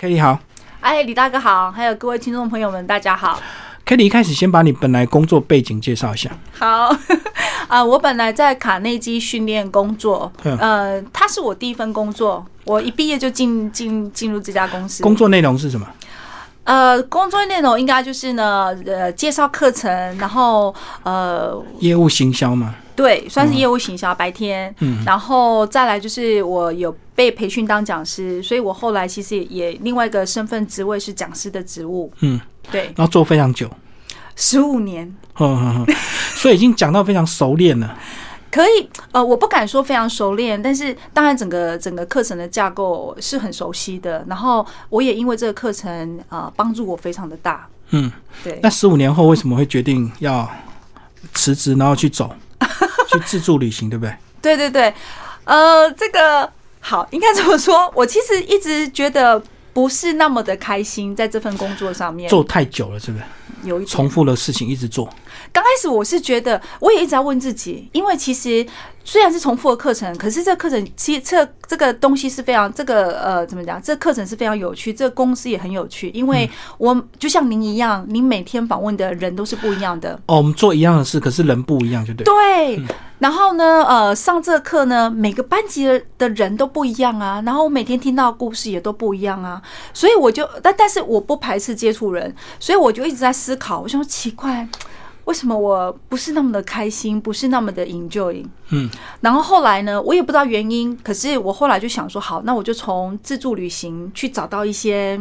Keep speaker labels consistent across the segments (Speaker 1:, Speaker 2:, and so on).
Speaker 1: Kelly 好
Speaker 2: 哎，李大哥好，还有各位听众朋友们，大家好。
Speaker 1: ，Kelly 一开始先把你本来工作背景介绍一下。
Speaker 2: 好 啊，我本来在卡内基训练工作，
Speaker 1: 嗯
Speaker 2: 呃，它是我第一份工作，我一毕业就进进进入这家公司。
Speaker 1: 工作内容是什么？
Speaker 2: 呃，工作内容应该就是呢，呃，介绍课程，然后呃，
Speaker 1: 业务行销嘛。
Speaker 2: 对，算是业务行销、白天，
Speaker 1: 嗯
Speaker 2: 然后再来就是我有被培训当讲师，所以我后来其实也也另外一个身份职位是讲师的职务，
Speaker 1: 嗯，
Speaker 2: 对，
Speaker 1: 然后做非常久，
Speaker 2: 十五年。
Speaker 1: 呵 呵呵所以已经讲到非常熟练了。
Speaker 2: 可以，呃，我不敢说非常熟练，但是当然整个整个课程的架构是很熟悉的。然后我也因为这个课程，呃，帮助我非常的大。
Speaker 1: 嗯，
Speaker 2: 对
Speaker 1: 那，十五年后为什么会决定要辞职，然后去 走，去自助旅行，对不对？
Speaker 2: 对对对，呃，这个好，应该怎么说？我其实一直觉得不是那么的开心，在这份工作上面
Speaker 1: 做太久了，是不是？
Speaker 2: 有一种。
Speaker 1: 重复的事情一直做。
Speaker 2: 刚开始我是觉得，我也一直在问自己，因为其实虽然是重复的课程，可是这课程其实这这个东西是非常这个呃怎么讲？这课程是非常有趣，这个公司也很有趣，因为我就像您一样，您每天访问的人都是不一样的。
Speaker 1: 哦，我们做一样的事，可是人不一样，就对。
Speaker 2: 对，然后呢，呃，上这课呢，每个班级的的人都不一样啊，然后我每天听到的故事也都不一样啊，所以我就，但但是我不排斥接触人，所以我就一直在思考，我想说奇怪，为什么我不是那么的开心，不是那么的 enjoy？
Speaker 1: 嗯，
Speaker 2: 然后后来呢，我也不知道原因，可是我后来就想说，好，那我就从自助旅行去找到一些。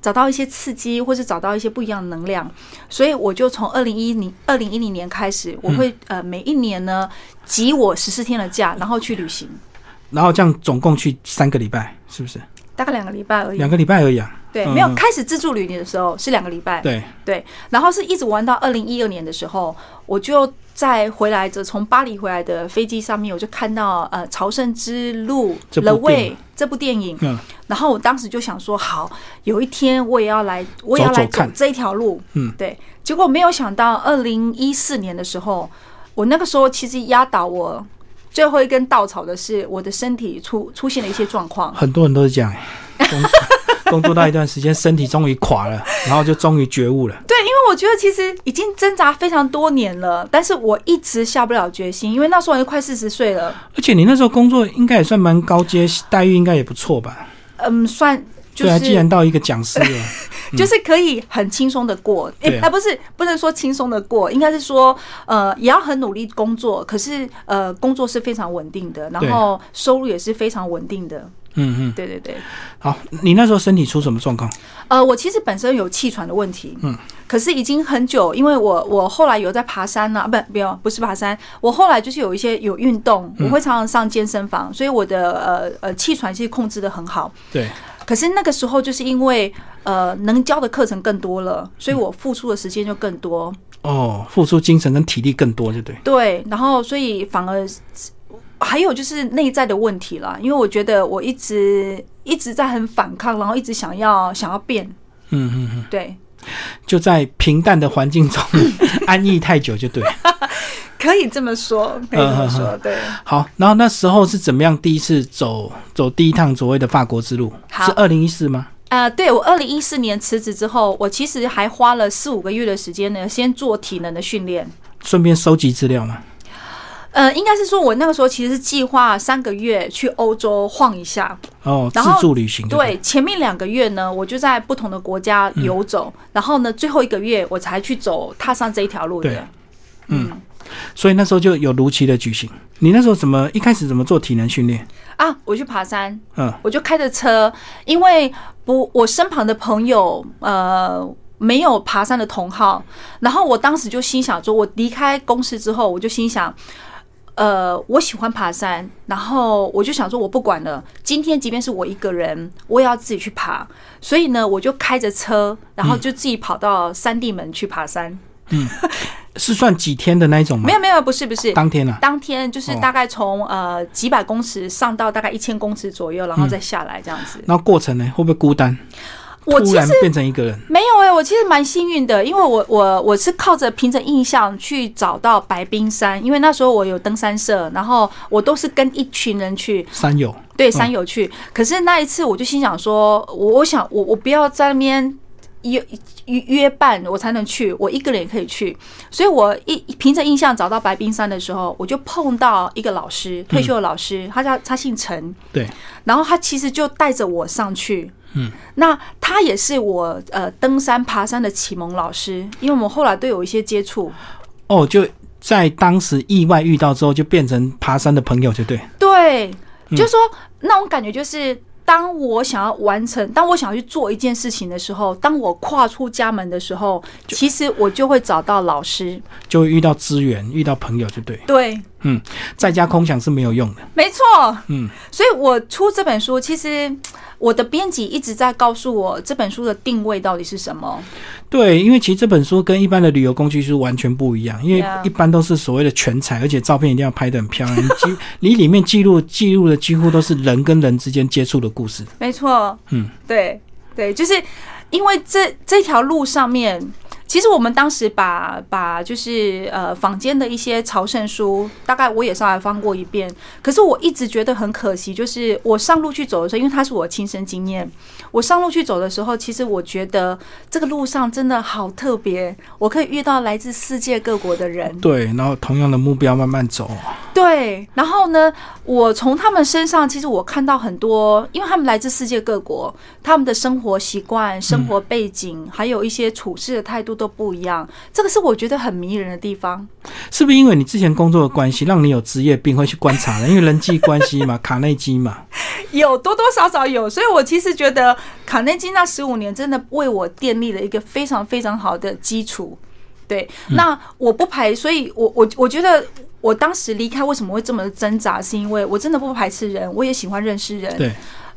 Speaker 2: 找到一些刺激，或是找到一些不一样的能量，所以我就从二零一零二零一零年开
Speaker 1: 嗯
Speaker 2: 始，我会、呃每一年呢挤我十四天的假，然后去旅行，
Speaker 1: 然后这样总共去三个礼拜，是不是？
Speaker 2: 大概两个礼拜而已
Speaker 1: 两。个礼拜而已啊。
Speaker 2: 对，
Speaker 1: 嗯
Speaker 2: 没有开始自助旅行的时候是两个礼拜，
Speaker 1: 对，
Speaker 2: 然后是一直玩到二零一二年的时候，我就在回来的从巴黎回来的飞机上面，我就看到呃《朝圣之路
Speaker 1: 这》部
Speaker 2: The
Speaker 1: 电
Speaker 2: Way 这部电影，
Speaker 1: 嗯
Speaker 2: 然后我当时就想说，好，有一天我也要来，我也要来
Speaker 1: 走走
Speaker 2: 走
Speaker 1: 看
Speaker 2: 这一条路，
Speaker 1: 嗯，
Speaker 2: 对。结果没有想到，二零一四年的时候，我那个时候其实压倒我最后一根稻草的是我的身体出出现了一些状况，
Speaker 1: 很多人都是这样、欸，工作 工作到一段时间，身体终于垮了，然后就终于觉悟了。
Speaker 2: 对，因为我觉得其实已经挣扎非常多年了，但是我一直下不了决心，因为那时候我也快四十岁了，
Speaker 1: 而且你那时候工作应该也算蛮高阶，待遇应该也不错吧？
Speaker 2: 嗯，算就
Speaker 1: 对啊，
Speaker 2: 是
Speaker 1: 既然到一个讲师了，
Speaker 2: 就是可以很轻松的过，哎、
Speaker 1: 嗯对啊
Speaker 2: 啊不是不能说轻松的过，应该是说呃也要很努力工作，可是呃工作是非常稳定的，然后收入也是非常稳定的，
Speaker 1: 嗯嗯，
Speaker 2: 对对对。
Speaker 1: 好，你那时候身体出什么状况？
Speaker 2: 呃，我其实本身有气喘的问题，
Speaker 1: 嗯，
Speaker 2: 可是已经很久，因为我我后来有在爬山呐、啊，不，没有，不是爬山，我后来就是有一些有运动，
Speaker 1: 嗯
Speaker 2: 我会常常上健身房，所以我的呃呃气喘是控制的很好。
Speaker 1: 对，
Speaker 2: 可是那个时候就是因为呃能教的课程更多了，所以我付出的时间就更多，
Speaker 1: 哦，付出精神跟体力更多，就对。
Speaker 2: 对，然后所以反而呃还有就是内在的问题啦，因为我觉得我一直一直在很反抗，然后一直想要想要变，
Speaker 1: 嗯嗯嗯，
Speaker 2: 对。
Speaker 1: 就在平淡的环境中 安逸太久，就对。
Speaker 2: 可以这么说，可以这么说，对，
Speaker 1: 好，然后那时候是怎么样？第一次走走第一趟所谓的法国之路，
Speaker 2: 好
Speaker 1: 是二零一四吗？
Speaker 2: 呃，对我二零一四年辞职之后，我其实还花了四五个月的时间呢，先做体能的训练。
Speaker 1: 顺便收集资料吗？
Speaker 2: 呃，应该是说，我那个时候其实是计划三个月去欧洲晃一下。
Speaker 1: 哦，自
Speaker 2: 然后
Speaker 1: 助旅行就
Speaker 2: 对，前面两个月呢，我就在不同的国家游走，
Speaker 1: 嗯
Speaker 2: 然后呢，最后一个月我才去走踏上这一条路
Speaker 1: 对
Speaker 2: 的。
Speaker 1: 所以那时候就有如期的举行。你那时候怎么一开始怎么做体能训练？
Speaker 2: 啊，我去爬山，
Speaker 1: 嗯，
Speaker 2: 我就开着车，因为不，我身旁的朋友呃没有爬山的同好，然后我当时就心想说，我离开公司之后，我就心想。呃，我喜欢爬山，然后我就想说，我不管了，今天即便是我一个人，我也要自己去爬。所以呢，我就开着车，然
Speaker 1: 嗯
Speaker 2: 后就自己跑到山地门去爬山。
Speaker 1: 是算几天的那一种吗
Speaker 2: 没？有没有，不是不是，
Speaker 1: 当天啊，
Speaker 2: 当天就是
Speaker 1: 哦
Speaker 2: 大概从、呃几百
Speaker 1: 嗯
Speaker 2: 公尺上到大概一千公尺左右，然后再下来这样子。
Speaker 1: 然后过程呢会不会孤单？
Speaker 2: 我
Speaker 1: 突
Speaker 2: 其
Speaker 1: 然
Speaker 2: 实
Speaker 1: 变成一个人，
Speaker 2: 没有哎、我其实蛮幸运的，因为我我我是靠着凭着印象去找到白冰山，因为那时候我有登山社，然后我都是跟一群人去，
Speaker 1: 山友
Speaker 2: 对山友去。可是那一次我就心想说，我我想我我不要在那边。约约约伴我才能去，我一个人也可以去，所以我一凭着印象找到白冰山的时候，我就碰到一个老师，退休的老师，他叫他姓陈，
Speaker 1: 对，
Speaker 2: 然后他其实就带着我上去。嗯，那他也是我呃登山爬山的启蒙老师，因为我们后来都有一些接触。
Speaker 1: 哦，就在当时意外遇到之后，就变成爬山的朋友，就对。
Speaker 2: 嗯对，就是说那种感觉就是。当我想要完成，当我想要去做一件事情的时候，当我跨出家门的时候，其实我就会找到老师。
Speaker 1: 就会遇到资源，遇到朋友，就对。
Speaker 2: 对，
Speaker 1: 嗯，在家空想是没有用的。
Speaker 2: 没错，
Speaker 1: 嗯，
Speaker 2: 所以我出这本书，其实我的编辑一直在告诉我这本书的定位到底是什么。
Speaker 1: 对，因为其实这本书跟一般的旅游工具书完全不一样，因为
Speaker 2: Yeah
Speaker 1: 一般都是所谓的全彩，而且照片一定要拍得很漂亮。你记 你里面记录记录的几乎都是人跟人之间接触的故事。
Speaker 2: 没错，
Speaker 1: 嗯，
Speaker 2: 对对，就是因为这这条路上面，其实我们当时把把就是呃坊间的一些朝圣书，大概我也上来翻过一遍，可是我一直觉得很可惜，就是我上路去走的时候，因为它是我亲身经验，我上路去走的时候，其实我觉得这个路上真的好特别，我可以遇到来自世界各国的人，
Speaker 1: 对，然后同样的目标慢慢走。
Speaker 2: 对，然后呢，我从他们身上，其实我看到很多，因为他们来自世界各国，他们的生活习惯、生活背景，还有一些处事的态度都不一样，这个是我觉得很迷人的地方。
Speaker 1: 是不是因为你之前工作的关系，让你有职业病，会去观察人，因为人际关系嘛， 卡内基嘛，
Speaker 2: 有多多少少有，所以我其实觉得卡内基那十五年真的为我建立了一个非常非常好的基础。对，那我不排，所以我我我觉得我当时离开为什么会这么挣扎，是因为我真的不排斥人，我也喜欢认识人。
Speaker 1: 对，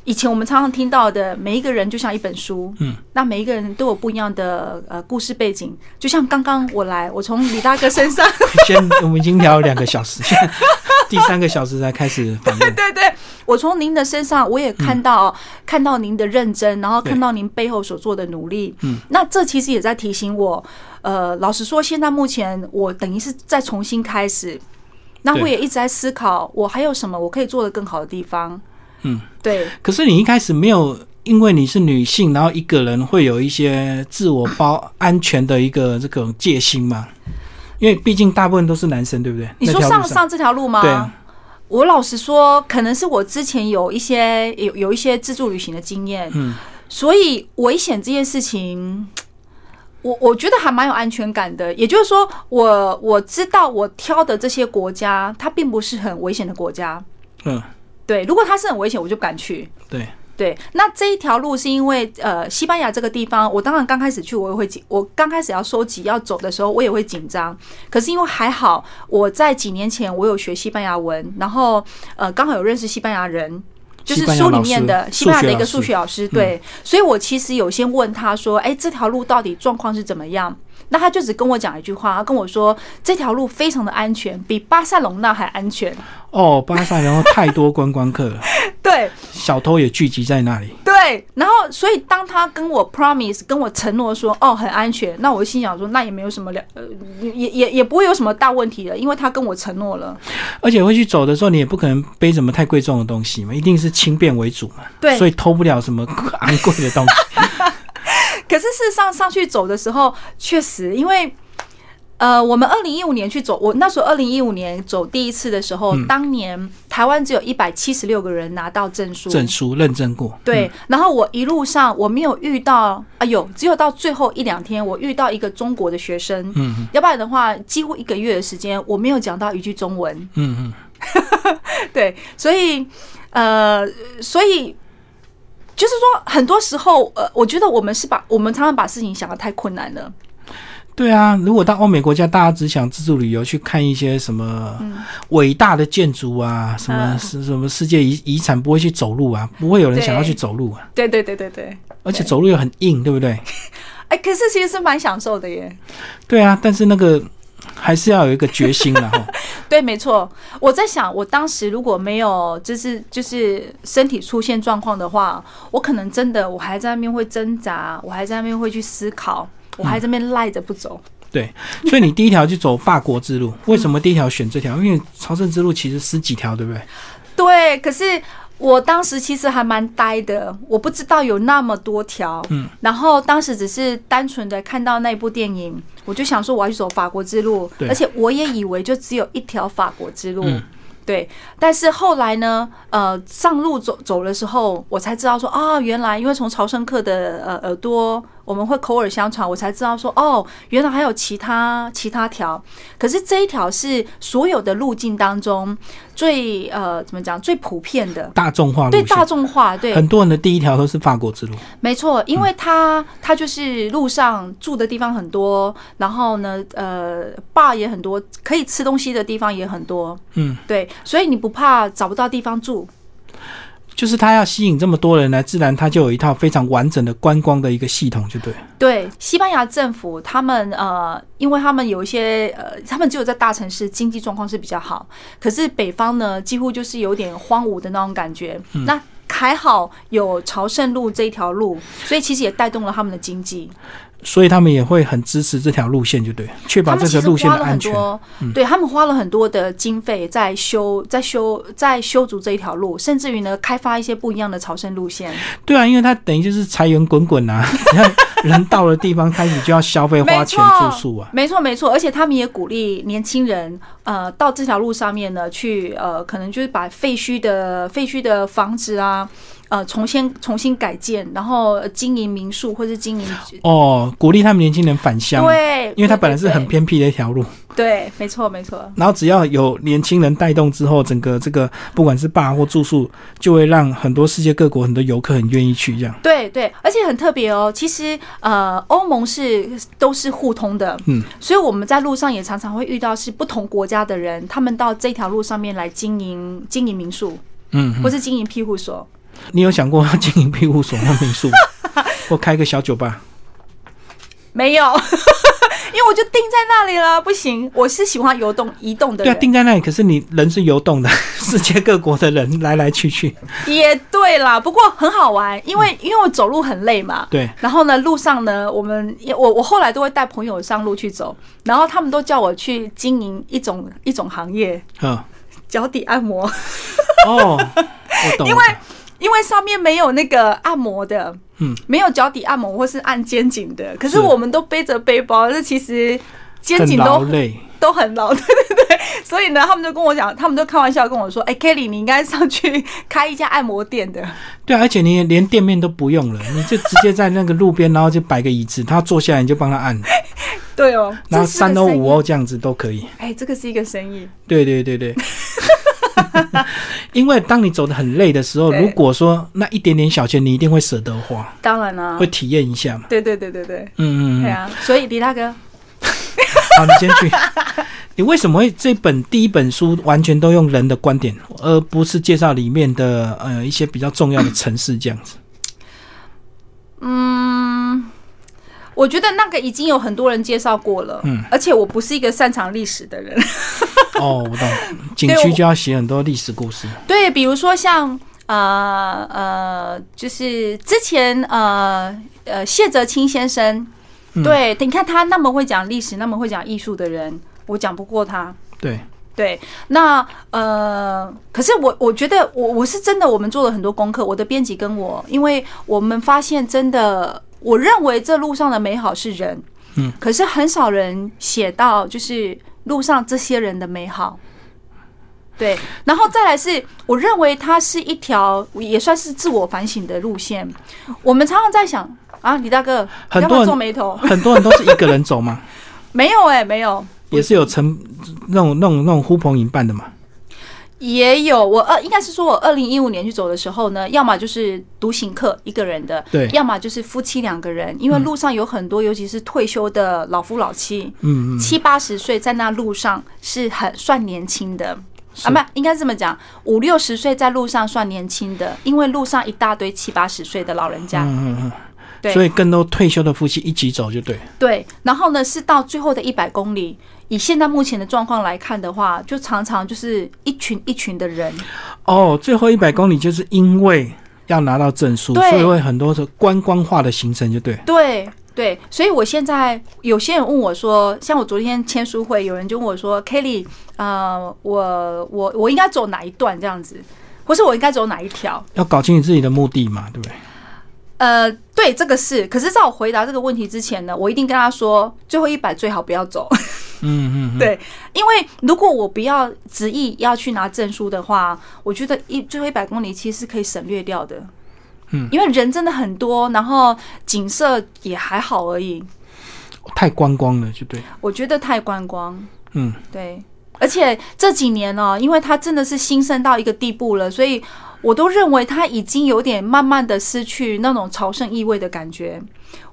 Speaker 2: 以前我们常常听到的，每一个人就像一本书，
Speaker 1: 嗯，
Speaker 2: 那每一个人都有不一样的呃故事背景，就像刚刚我来，我从李大哥身 上，
Speaker 1: 先我们已经聊了两个小时，现在第三个小时才开始访 问。
Speaker 2: 对对，我从您的身上我也
Speaker 1: 嗯
Speaker 2: 看到、看到您的认真，然后看到您背后所做的努力，嗯，那这其实也在提醒我，呃，老实说，现在目前我等于是再重新开始，那我
Speaker 1: 对
Speaker 2: 也一直在思考，我还有什么我可以做的更好的地方，
Speaker 1: 嗯，
Speaker 2: 对，
Speaker 1: 可是你一开始没有，因为你是女性，然后一个人会有一些自我包安全的一个这个戒心嘛？因为毕竟大部分都是男生，对不对？
Speaker 2: 你说
Speaker 1: 那条
Speaker 2: 上
Speaker 1: 路
Speaker 2: 上这条路吗？
Speaker 1: 对啊，
Speaker 2: 我老实说，可能是我之前有一些有有一些自助旅行的经验，
Speaker 1: 嗯，
Speaker 2: 所以危险这件事情，我我觉得还蛮有安全感的。也就是说，我我知道我挑的这些国家，它并不是很危险的国家。
Speaker 1: 嗯，
Speaker 2: 对，如果它是很危险，我就不敢去。
Speaker 1: 对，
Speaker 2: 对，那这一条路是因为呃，西班牙这个地方，我当然刚开始去我也会紧，我刚开始要收集要走的时候，我也会紧张。可是因为还好，我在几年前我有学西班牙文，然后呃，刚好有认识西班牙人。就是
Speaker 1: 西班牙
Speaker 2: 书里
Speaker 1: 老
Speaker 2: 面
Speaker 1: 师嗯
Speaker 2: 的
Speaker 1: 数
Speaker 2: 西班牙
Speaker 1: 学
Speaker 2: 的一
Speaker 1: 老
Speaker 2: 个数
Speaker 1: 师
Speaker 2: 学老师，对，所以我其实有先问他说：“哎，这条路到底状况是怎么样？”那他就只跟我讲一句话，他跟我说：“这条路非常的安全，比巴塞隆那还 安全。
Speaker 1: 哦，巴塞然后太多观光客了，”
Speaker 2: 对，
Speaker 1: 小偷也聚集在那里。
Speaker 2: 对，然后所以当他跟我 promise 跟我承诺说哦很安全，那我心想说那也没有什么了，呃，也也也不会有什么大问题的，因为他跟我承诺了。
Speaker 1: 而且会去走的时候，你也不可能背什么太贵重的东西嘛，一定是轻便为主嘛。
Speaker 2: 对
Speaker 1: 所以偷不了什么昂贵的东西。
Speaker 2: 可是事实上上去走的时候，确实因为。呃，我们二零一五年去走，我那时候二零一五年走第一次的时候，当年台湾只有一百七十六个人拿到证书，
Speaker 1: 证书认证过，
Speaker 2: 对，然后我一路上我没有遇到，哎呦，只有到最后一两天，我遇到一个中国的学生，嗯，要不然的话，几乎一个月的时间，我没有讲到一句中文，
Speaker 1: 嗯嗯，
Speaker 2: 对，所以，呃，所以就是说，很多时候，呃，我觉得我们是把我们常常把事情想的太困难了，
Speaker 1: 对啊，如果到欧美国家，大家只想自助旅游，去看一些什么伟大的建筑啊，什
Speaker 2: 嗯
Speaker 1: 么是什么世界遗遗产，不会去走路啊，不会有人想要去走路啊，
Speaker 2: 对对对对对，
Speaker 1: 而且走路又很硬，对不对？
Speaker 2: 哎，可是其实是蛮享受的耶，
Speaker 1: 对啊，但是那个还是要有一个决心 啦。哈。
Speaker 2: 对，没错。我在想，我当时如果没有就是就是身体出现状况的话，我可能真的我还在那边会挣扎，我还在那边会去思考，我还在那边赖着不走。
Speaker 1: 对，所以你第一条就走法国之路，为什么第一条选这条？因为朝圣之路其实十几条，对不对？
Speaker 2: 对，可是我当时其实还蛮呆的，我不知道有那么多条。嗯，然后当时只是单纯的看到那部电影，我就想说我要去走法国之路，
Speaker 1: 对
Speaker 2: 而且我也以为就只有一条法国之路。
Speaker 1: 嗯
Speaker 2: 对，但是后来呢，呃，上路走走的时候，我才知道说，哦，原来因为从朝圣客的呃耳朵，我们会口耳相传，我才知道说，哦，原来还有其他其他条。可是这一条是所有的路径当中最呃怎么讲最普遍的，
Speaker 1: 大众化
Speaker 2: 对
Speaker 1: 路
Speaker 2: 大
Speaker 1: 线，
Speaker 2: 众化，对，
Speaker 1: 很多人的第一条都是法国之路。
Speaker 2: 没错，因为它它就是路上住的地方很多，然后呢，呃，bar 也很多，可以吃东西的地方也很多，
Speaker 1: 嗯，
Speaker 2: 对，所以你不怕找不到地方住。
Speaker 1: 就是它要吸引这么多人来，自然它就有一套非常完整的观光的一个系统，就对了。
Speaker 2: 对，西班牙政府他们呃，因为他们有一些呃，他们只有在大城市经济状况是比较好，可是北方呢，几乎就是有点荒芜的那种感觉。那还好有朝圣路这一条路，所以其实也带动了他们的经济。
Speaker 1: 所以他们也会很支持这条路线，就对了，确保
Speaker 2: 他们
Speaker 1: 这
Speaker 2: 其
Speaker 1: 个
Speaker 2: 实
Speaker 1: 路线
Speaker 2: 花
Speaker 1: 的
Speaker 2: 了很
Speaker 1: 安全。嗯
Speaker 2: 多，对他们花了很多的经费在修、在修、在修筑这一条路，甚至于呢，开发一些不一样的朝圣路线。
Speaker 1: 对啊，因为它等于就是财源滚滚啊， 只要人到了地方开始就要消费、花
Speaker 2: 没
Speaker 1: 钱
Speaker 2: 错，
Speaker 1: 住宿啊。
Speaker 2: 没错没错，而且他们也鼓励年轻人，呃，到这条路上面呢，去呃，可能就是把废墟的废墟的房子啊，呃，重新重新改建，然后经营民宿或是经营，
Speaker 1: 哦，鼓励他们年轻人返乡，
Speaker 2: 对，
Speaker 1: 因为它
Speaker 2: 对
Speaker 1: 本来是很
Speaker 2: 对
Speaker 1: 偏僻的一条路，
Speaker 2: 对，没错没错，
Speaker 1: 然后只要有年轻人带动之后，整个这个不管是坝或住宿，就会让很多世界各国很多游客很愿意去这样。
Speaker 2: 对对，而且很特别哦。其实呃，欧盟是都是互通的，
Speaker 1: 嗯，
Speaker 2: 所以我们在路上也常常会遇到是不同国家的人，他们到这条路上面来经营经营民宿，
Speaker 1: 嗯，
Speaker 2: 或是经营庇护所。
Speaker 1: 你有想过要经营庇护所或民宿吗， 或开个小酒吧？
Speaker 2: 没有， 因为我就定在那里了，不行，我是喜欢游动移动的
Speaker 1: 对啊，
Speaker 2: 人，
Speaker 1: 定在那里，可是你人是游动的， 世界各国的人来来去去。
Speaker 2: 也对啦。不过很好玩，因为因为我走路很累嘛。
Speaker 1: 嗯对，
Speaker 2: 然后呢，路上呢，我们我我后来都会带朋友上路去走，然后他们都叫我去经营一种一种行业，
Speaker 1: 嗯，
Speaker 2: 脚底按摩，
Speaker 1: 哦，我懂。
Speaker 2: 因为因为上面没有那个按摩的，
Speaker 1: 嗯，
Speaker 2: 没有脚底按摩或是按肩颈的，可
Speaker 1: 是
Speaker 2: 是我们都背着背包，这其实肩
Speaker 1: 很
Speaker 2: 颈
Speaker 1: 劳
Speaker 2: 都
Speaker 1: 累，
Speaker 2: 都很老，对 对对，所以呢，他们就跟我讲，他们都开玩笑跟我说：“哎、k e l l y 你应该上去开一家按摩店的。
Speaker 1: 对啊，而且你连店面都不用了，你就直接在那个路边，然后就摆个椅子，他坐下来你就帮他 按，”
Speaker 2: 对哦，
Speaker 1: 然后
Speaker 2: 这是个
Speaker 1: 三欧
Speaker 2: 生意
Speaker 1: 五欧，这样子都可以。
Speaker 2: 哎、这个是一个生意，
Speaker 1: 对对对 对，因为当你走得很累的时候，
Speaker 2: 对
Speaker 1: 如果说那一点点小钱，你一定会舍得花，
Speaker 2: 当然啦、
Speaker 1: 会体验一下嘛。
Speaker 2: 对对对对对，
Speaker 1: 嗯嗯
Speaker 2: 对
Speaker 1: 嗯，
Speaker 2: 啊，所以李大哥，
Speaker 1: 好，你先去。 你为什么会这本第一本书完全都用人的观点，而不是介绍里面的呃一些比较重要的城市这样 子？
Speaker 2: 嗯，我觉得那个已经有很多人介绍过了，
Speaker 1: 嗯，
Speaker 2: 而且我不是一个擅长历史的人，
Speaker 1: 哦，我懂，景
Speaker 2: 对
Speaker 1: 区
Speaker 2: 我
Speaker 1: 就要写很多历史故事。
Speaker 2: 对，比如说像呃呃，就是之前呃呃谢哲青先生，
Speaker 1: 嗯
Speaker 2: 对，你看他那么会讲历史，那么会讲艺术的人，我讲不过他。
Speaker 1: 对，
Speaker 2: 对，那呃，可是我我觉得我我是真的，我们做了很多功课。我的编辑跟我，因为我们发现真的，我认为这路上的美好是人，
Speaker 1: 嗯，
Speaker 2: 可是很少人写到就是路上这些人的美好。对，然后再来是，我认为它是一条也算是自我反省的路线。我们常常在想啊，李大哥，
Speaker 1: 很
Speaker 2: 你要不
Speaker 1: 多
Speaker 2: 要
Speaker 1: 人
Speaker 2: 皱眉头？
Speaker 1: 很多人都是一个人走 嘛，
Speaker 2: 没有哎、没有，
Speaker 1: 也是有成那种那种那种呼朋引伴的嘛。
Speaker 2: 也有，我二应该是说，我二零一五年去走的时候呢，要么就是独行客一个人的，
Speaker 1: 对
Speaker 2: 要么就是夫妻两个人，因为路上有很多，尤其是退休的老夫老妻，
Speaker 1: 嗯嗯，
Speaker 2: 七八十岁在那路上是很算年轻的。
Speaker 1: 是
Speaker 2: 啊，不，应该这么讲，五六十岁在路上算年轻的，因为路上一大堆七八十岁的老人家。
Speaker 1: 嗯嗯嗯，
Speaker 2: 对
Speaker 1: 所以更多退休的夫妻一起走就对。
Speaker 2: 对，然后呢是到最后的一百公里，以现在目前的状况来看的话，就常常就是一群一群的人，
Speaker 1: 哦，最后一百公里就是因为要拿到证书，
Speaker 2: 对
Speaker 1: 所以会很多是观光化的行程，就对。
Speaker 2: 对对，所以我现在有些人问我说，像我昨天签书会，有人就问我说，Kelly，呃，我我我应该走哪一段这样子，或是我应该走哪一条？
Speaker 1: 要搞清你自己的目的嘛，对不对？
Speaker 2: 呃，对，这个是。可是，在我回答这个问题之前呢，我一定跟他说，最后一百最好不要走。
Speaker 1: 嗯嗯，嗯
Speaker 2: 对，因为如果我不要执意要去拿证书的话，我觉得一最后一百公里其实是可以省略掉的。
Speaker 1: 嗯，
Speaker 2: 因为人真的很多，然后景色也还好而已，
Speaker 1: 太观光了，就对。
Speaker 2: 我觉得太观光。
Speaker 1: 嗯，
Speaker 2: 对，而且这几年呢、因为它真的是兴盛到一个地步了，所以我都认为它已经有点慢慢的失去那种朝圣意味的感觉。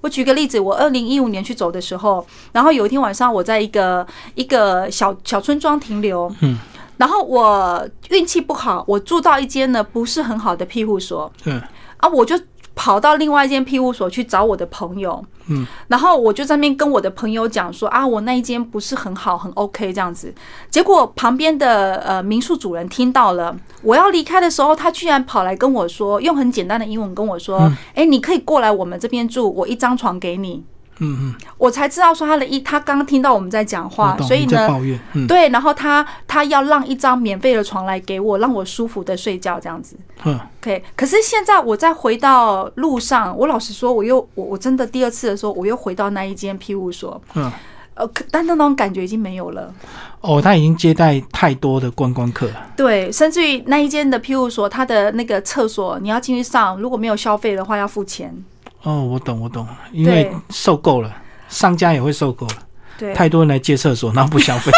Speaker 2: 我举个例子，我二零一五年去走的时候，然后有一天晚上我在一个一个小小村庄停留，
Speaker 1: 嗯，
Speaker 2: 然后我运气不好，我住到一间呢不是很好的庇护所，
Speaker 1: 嗯，
Speaker 2: 啊，我就跑到另外一间庇护所去找我的朋友，
Speaker 1: 嗯，
Speaker 2: 然后我就在那边跟我的朋友讲说啊，我那一间不是很好，很 OK 这样子。结果旁边的呃民宿主人听到了，我要离开的时候，他居然跑来跟我说，用很简单的英文跟我说，
Speaker 1: 嗯
Speaker 2: 哎、你可以过来我们这边住，我一张床给你。
Speaker 1: 嗯嗯，
Speaker 2: 我才知道说他的一，他刚刚听到我们在讲
Speaker 1: 我
Speaker 2: 话，
Speaker 1: 懂。
Speaker 2: 所以
Speaker 1: 你在
Speaker 2: 呢，
Speaker 1: 抱怨，嗯，
Speaker 2: 对，然后他他要让一张免费的床来给我，让我舒服的睡觉这样子。
Speaker 1: 嗯，
Speaker 2: OK，可是现在我再回到路上，我老实说，我又我我真的第二次的时候，我又回到那一间庇护所，
Speaker 1: 嗯，
Speaker 2: 呃，可但那种感觉已经没有了。
Speaker 1: 哦，他已经接待太多的观光客了。
Speaker 2: 对，甚至于那一间的庇护所，它的那个厕所你要进去上，如果没有消费的话要付钱。
Speaker 1: 哦，我懂，我懂，因为
Speaker 2: 对
Speaker 1: 受够了，商家也会受够了，
Speaker 2: 对
Speaker 1: 太多人来借厕所，然后不消 费。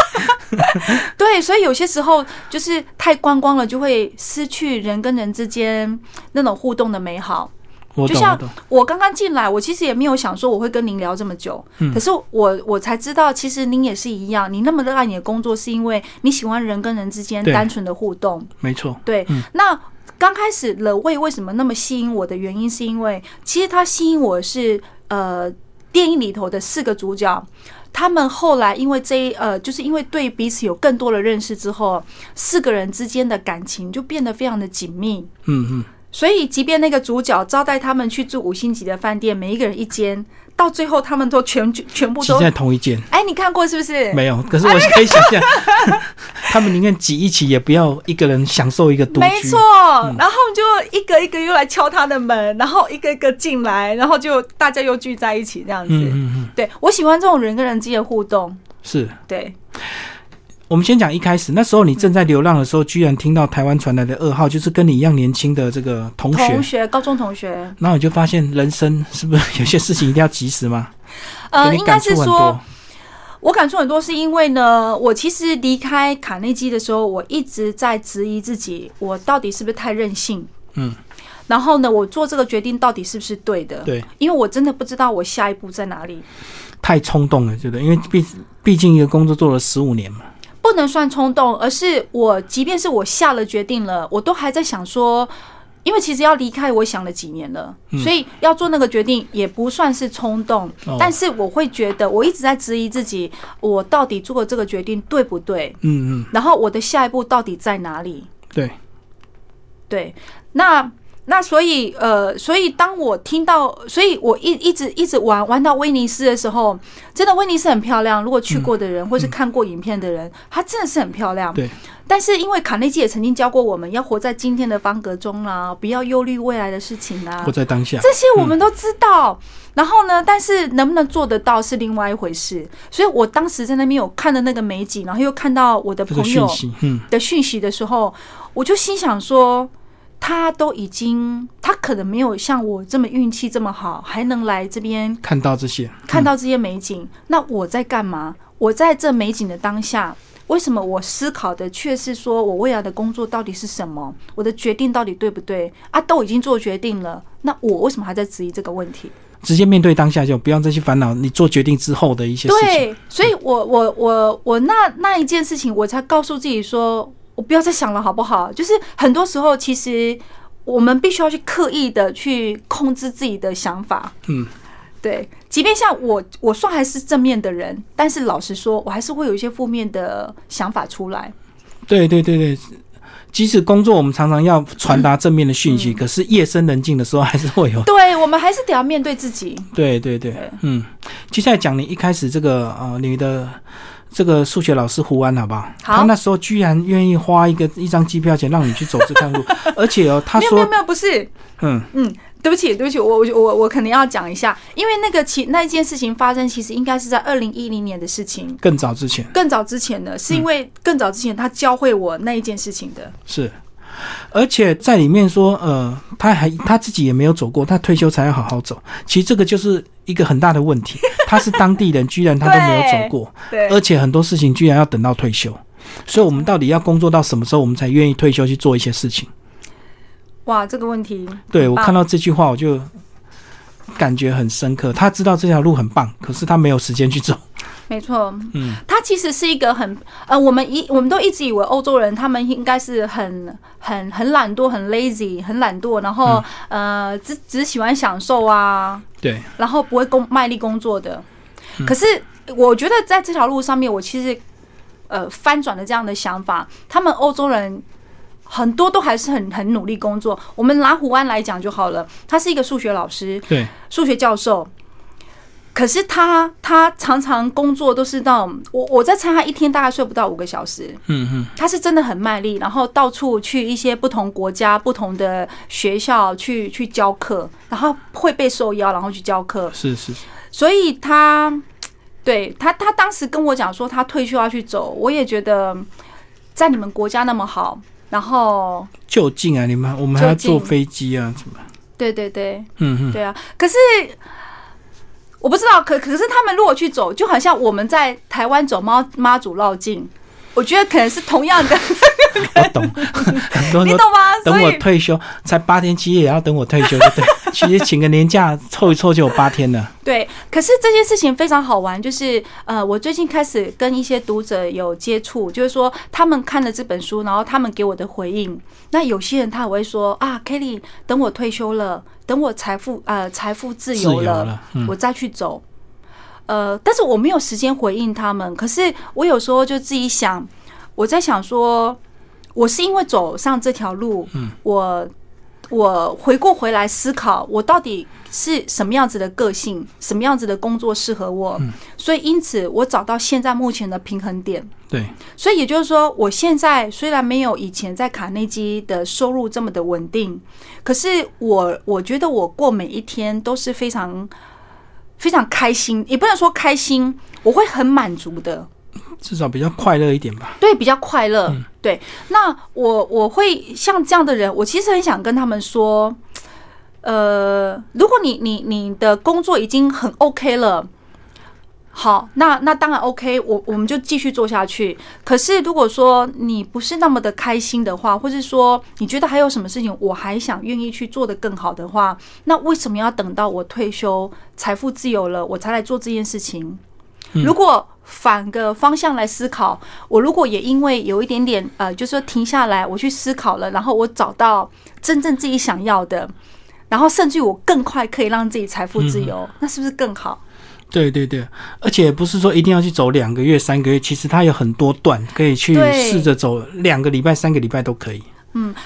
Speaker 2: 对，所以有些时候就是太观光了，就会失去人跟人之间那种互动的美好。
Speaker 1: 我
Speaker 2: 就
Speaker 1: 懂，
Speaker 2: 像
Speaker 1: 我懂。
Speaker 2: 我刚刚进来，我其实也没有想说我会跟您聊这么久，
Speaker 1: 嗯
Speaker 2: 可是我我才知道，其实您也是一样，你那么热爱你的工作，是因为你喜欢人跟人之间
Speaker 1: 对
Speaker 2: 单纯的互动。
Speaker 1: 没错，
Speaker 2: 对，
Speaker 1: 嗯
Speaker 2: 那刚开始冷味为什么那么吸引我的原因，是因为其实它吸引我是呃电影里头的四个主角。他们后来因为这一呃，就是因为对彼此有更多的认识之后，四个人之间的感情就变得非常的紧密。
Speaker 1: 嗯嗯，
Speaker 2: 所以，即便那个主角招待他们去住五星级的饭店，每一个人一间，到最后他们都全全部
Speaker 1: 挤
Speaker 2: 都，
Speaker 1: 在同一间
Speaker 2: 哎，你看过是不是？
Speaker 1: 没有，可是我可以想象， 他们宁愿挤一起，也不要一个人享受一个独
Speaker 2: 没
Speaker 1: 居嗯
Speaker 2: 错。，然后他们就一个一个又来敲他的门，然后一个一个进来，然后就大家又聚在一起这样子。
Speaker 1: 嗯嗯嗯，
Speaker 2: 对我喜欢这种人跟人之间的互动。
Speaker 1: 是。
Speaker 2: 对，
Speaker 1: 我们先讲一开始，那时候你正在流浪的时候，居然听到台湾传来的噩耗，就是跟你一样年轻的这个同学，
Speaker 2: 同学，高中同学，
Speaker 1: 然后你就发现人生是不是有些事情一定要及时吗？
Speaker 2: 呃，
Speaker 1: 给
Speaker 2: 应
Speaker 1: 你
Speaker 2: 该
Speaker 1: 感
Speaker 2: 是
Speaker 1: 触很
Speaker 2: 说
Speaker 1: 多，。
Speaker 2: 我感触很多，是因为呢，我其实离开卡内基的时候，我一直在质疑自己，我到底是不是太任性？
Speaker 1: 嗯，
Speaker 2: 然后呢，我做这个决定到底是不是对的？，
Speaker 1: 对，
Speaker 2: 因为我真的不知道我下一步在哪里，
Speaker 1: 太冲动了，对不对？因为毕
Speaker 2: 嗯
Speaker 1: 毕竟一个工作做了十五年嘛，
Speaker 2: 不能算冲动，而是我即便是我下了决定了，我都还在想说。因为其实要离开，我想了几年了，所以要做那个决定也不算是冲动，
Speaker 1: 嗯哦
Speaker 2: 但是我会觉得我一直在质疑自己，我到底做这个决定对不对？
Speaker 1: 嗯嗯，
Speaker 2: 然后我的下一步到底在哪里？
Speaker 1: 对，
Speaker 2: 对，那那所以呃，所以当我听到，所以我一一直一直玩玩到威尼斯的时候，真的威尼斯很漂亮。如果去过的人、或是看过影片的人，它真的是很漂亮。
Speaker 1: 对。
Speaker 2: 但是因为卡内基也曾经教过我们要活在今天的方格中啦、不要忧虑未来的事情啦、啊
Speaker 1: 活在当下，
Speaker 2: 这些我们都知道。然后呢，但是能不能做得到是另外一回事。所以我当时在那边有看的那个美景，然后又看到我的
Speaker 1: 这个
Speaker 2: 朋
Speaker 1: 讯
Speaker 2: 友
Speaker 1: 息，嗯，
Speaker 2: 的讯息的时候，我就心想说，他都已经，他可能没有像我这么运气这么好，还能来这边
Speaker 1: 看到这些，嗯
Speaker 2: 看到这些美景。那我在干嘛？我在这美景的当下，为什么我思考的却是说我未来的工作到底是什么？我的决定到底对不对？啊，都已经做决定了，那我为什么还在质疑这个问题？
Speaker 1: 直接面对当下就不用再去烦恼你做决定之后的一些事情，
Speaker 2: 对，所以我我我我那那一件事情，我才告诉自己说，我不要再想了，好不好？就是很多时候，其实我们必须要去刻意的去控制自己的想法。
Speaker 1: 嗯，
Speaker 2: 对，即便像我，我算还是正面的人，但是老实说，我还是会有一些负面的想法出来。
Speaker 1: 对对对对，即使工作我们常常要传达正面的讯
Speaker 2: 嗯
Speaker 1: 息，可是夜深人静的时候还是会有。
Speaker 2: 对我们还是得要面对自己。
Speaker 1: 对对对
Speaker 2: 对，
Speaker 1: 嗯，接下来讲你一开始这个呃你的这个数学老师胡安好不好？
Speaker 2: 好
Speaker 1: 他那时候居然愿意花一个一张机票钱让你去走这趟 路，而且哦，他
Speaker 2: 没有没有
Speaker 1: 说
Speaker 2: 没有，不是，
Speaker 1: 嗯
Speaker 2: 嗯，对不起对不起，我我我我肯定要讲一下，因为那个其那一件事情发生，其实应该是在二零一零年的事情。
Speaker 1: 更早之前
Speaker 2: 更早之前呢，是因为更早之前他教会我那一件事情的。
Speaker 1: 是。而且在里面说，呃，他还他自己也没有走过，他退休才要好好走。其实这个就是一个很大的问 题。他是当地人，居然他都没有走过。
Speaker 2: 对
Speaker 1: 而且很多事情居然要等到退休，所以我们到底要工作到什么时候，我们才愿意退休去做一些事情？
Speaker 2: 哇，这个问题，
Speaker 1: 对
Speaker 2: 很
Speaker 1: 我
Speaker 2: 棒
Speaker 1: 看到这句话，我就感觉很深刻。他知道这条路很棒，可是他没有时间去走。
Speaker 2: 没错，
Speaker 1: 嗯，
Speaker 2: 它其实是一个很呃，我们一我们都一直以为欧洲人他们应该是很很很懒惰、很 lazy、很懒惰，然后、呃只只喜欢享受啊，
Speaker 1: 对，
Speaker 2: 然后不会工卖力工作的。可是我觉得在这条路上面，我其实呃翻转了这样的想法，他们欧洲人。很多都还是很很努力工作。我们拿胡安来讲就好了，他是一个数学老师，
Speaker 1: 对，
Speaker 2: 数学教授。可是他他常常工作都是那种，我我在猜他一天大概睡不到五个小时，
Speaker 1: 嗯嗯，
Speaker 2: 他是真的很卖力，然后到处去一些不同国家、不同的学校去去教课，然后会被受邀，然后去教课，
Speaker 1: 是是，
Speaker 2: 所以他对他他当时跟我讲说他退休要去走，我也觉得在你们国家那么好，然后
Speaker 1: 就近啊，你们我们还要
Speaker 2: 就近
Speaker 1: 坐飞机啊，什么？
Speaker 2: 对对对，
Speaker 1: 嗯嗯，
Speaker 2: 对啊，可是我不知道，可可是他们如果去走，就好像我们在台湾走妈妈祖绕境，我觉得可能是同 样的，
Speaker 1: 我懂，很多
Speaker 2: 你
Speaker 1: 人都。
Speaker 2: 懂吗？所
Speaker 1: 等我
Speaker 2: 以
Speaker 1: 退休，才八天七夜，也要等我退休，就对。 其实请个年假凑一凑就有八天了。
Speaker 2: 对，可是这件事情非常好玩，就是呃，我最近开始跟一些读者有接触，就是说他们看了这本书，然后他们给我的回应。那有些人他也会说啊，Kelly，等我退休了，等我财富呃财富自
Speaker 1: 自
Speaker 2: 由
Speaker 1: 由
Speaker 2: 了，
Speaker 1: 了嗯
Speaker 2: 我再去走。呃，但是我没有时间回应他们。可是我有时候就自己想，我在想说，我是因为走上这条路，嗯、我我回过回来思考，我到底是什么样子的个性，什么样子的工作适合我，所以因此我找到现在目前的平衡点。
Speaker 1: 对，
Speaker 2: 所以也就是说，我现在虽然没有以前在卡内基的收入这么的稳定，可是我我觉得我过每一天都是非常非常开心，也不能说开心，我会很满足的，
Speaker 1: 至少比较快乐一点吧。
Speaker 2: 对，比较快乐。对，那我我会像这样的人，我其实很想跟他们说，呃，如果你你你的工作已经很 OK 了。好，那那当然 OK，我我们就继续做下去。可是如果说你不是那么的开心的话，或是说你觉得还有什么事情我还想愿意去做得更好的话，那为什么要等到我退休、财富自由了，我才来做这件事情？如果反个方向来思考，我如果也因为有一点点呃，就是说停下来，我去思考了，然后我找到真正自己想要的，然后甚至于我更快可以让自己财富自由，那是不是更好？
Speaker 1: 对对对，而且不是说一定要去走两个月、三个月，其实它有很多段可以去
Speaker 2: 对
Speaker 1: 试着走两个礼拜、三个礼拜都可以。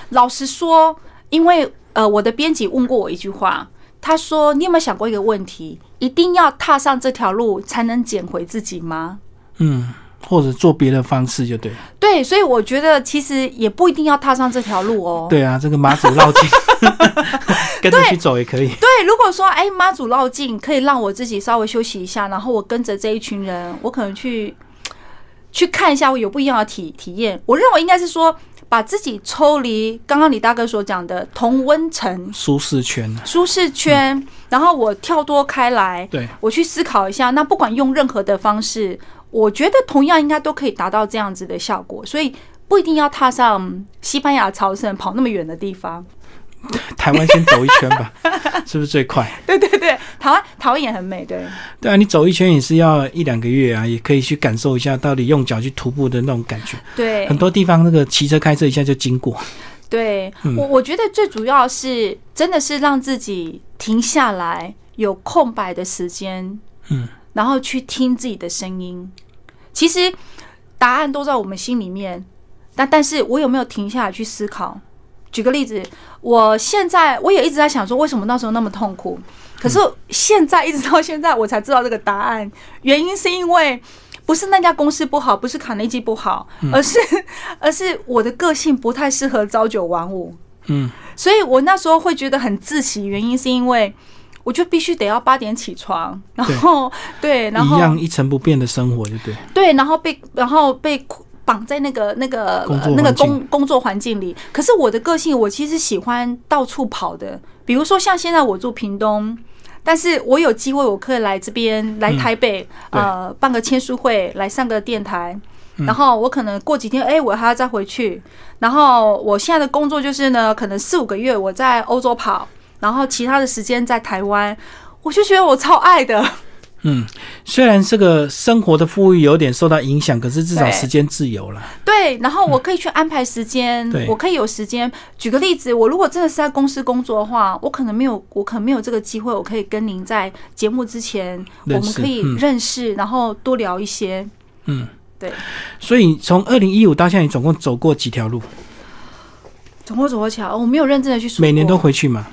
Speaker 2: 老实说，因为呃，我的编辑问过我一句话，他说：“你有没有想过一个问题？一定要踏上这条路才能捡回自己吗
Speaker 1: 嗯，或者做别的方式就对。？”
Speaker 2: 对，所以我觉得其实也不一定要踏上这条路哦。
Speaker 1: 对啊，这个马祖绕 境，跟着去走也可以。
Speaker 2: 对，如果说哎妈祖绕境可以让我自己稍微休息一下，然后我跟着这一群人，我可能去去看一下我有不一样的体体验。我认为应该是说把自己抽离刚刚李大哥所讲的同温层
Speaker 1: 舒适圈啊，
Speaker 2: 舒适圈，然后我跳脱开来，
Speaker 1: 对
Speaker 2: 我去思考一下。那不管用任何的方式，我觉得同样应该都可以达到这样子的效果，所以。不一定要踏上西班牙朝圣，跑那么远的地方。
Speaker 1: 台湾先走一圈 吧，是不是最快？
Speaker 2: 对对对，台湾台湾也啊很美，对。
Speaker 1: 对啊，你走一圈也是要一两个月啊，也可以去感受一下到底用脚去徒步的那种感觉。
Speaker 2: 对，
Speaker 1: 很多地方那个骑车、开车一下就经过。
Speaker 2: 对我，我觉得最主要是真的是让自己停下来，有空白的时间，
Speaker 1: 嗯，
Speaker 2: 然后去听自己的声音。其实答案都在我们心里面，但但是我有没有停下来去思考？举个例子，我现在我也一直在想说，为什么那时候那么痛苦？可是现在一直到现在，我才知道这个答案，原因是因为不是那家公司不好，不是卡内基不好，
Speaker 1: 嗯
Speaker 2: 而是而是我的个性不太适合朝九晚五。
Speaker 1: 嗯
Speaker 2: 所以我那时候会觉得很自喜，原因是因为我就必须得要八点起床，然后对，然
Speaker 1: 一
Speaker 2: 后
Speaker 1: 样一成不变的生活，就对。
Speaker 2: 对，然后被然后被绑在那个那个、
Speaker 1: 工作
Speaker 2: 呃那个
Speaker 1: 环境
Speaker 2: 工工作环境里。可是我的个性，我其实喜欢到处跑的，比如说像现在我住屏东。但是我有机会，我可以来这边，来台北，
Speaker 1: 嗯对
Speaker 2: 呃，办个签书会，来上个电台，
Speaker 1: 嗯
Speaker 2: 然后我可能过几天，哎、我还要再回去。然后我现在的工作就是呢，可能四五个月我在欧洲跑，然后其他的时间在台湾，我就觉得我超爱的。
Speaker 1: 嗯，虽然这个生活的富裕有点受到影响，可是至少
Speaker 2: 对
Speaker 1: 时间自由了。
Speaker 2: 对，然后我可以去安排时间，
Speaker 1: 对
Speaker 2: 我可以有时间。举个例子，我如果真的是在公司工作的话，我可能没有，我可能没有这个机会，我可以跟您在节目之前，我
Speaker 1: 认
Speaker 2: 们
Speaker 1: 识
Speaker 2: 可以
Speaker 1: 嗯
Speaker 2: 认识，然后多聊一些。
Speaker 1: 嗯，
Speaker 2: 对，
Speaker 1: 所以从二零一五到现在，你总共走过几条路？
Speaker 2: 总共走过起来，啊我没有认真的去数过，
Speaker 1: 每年都回去嘛？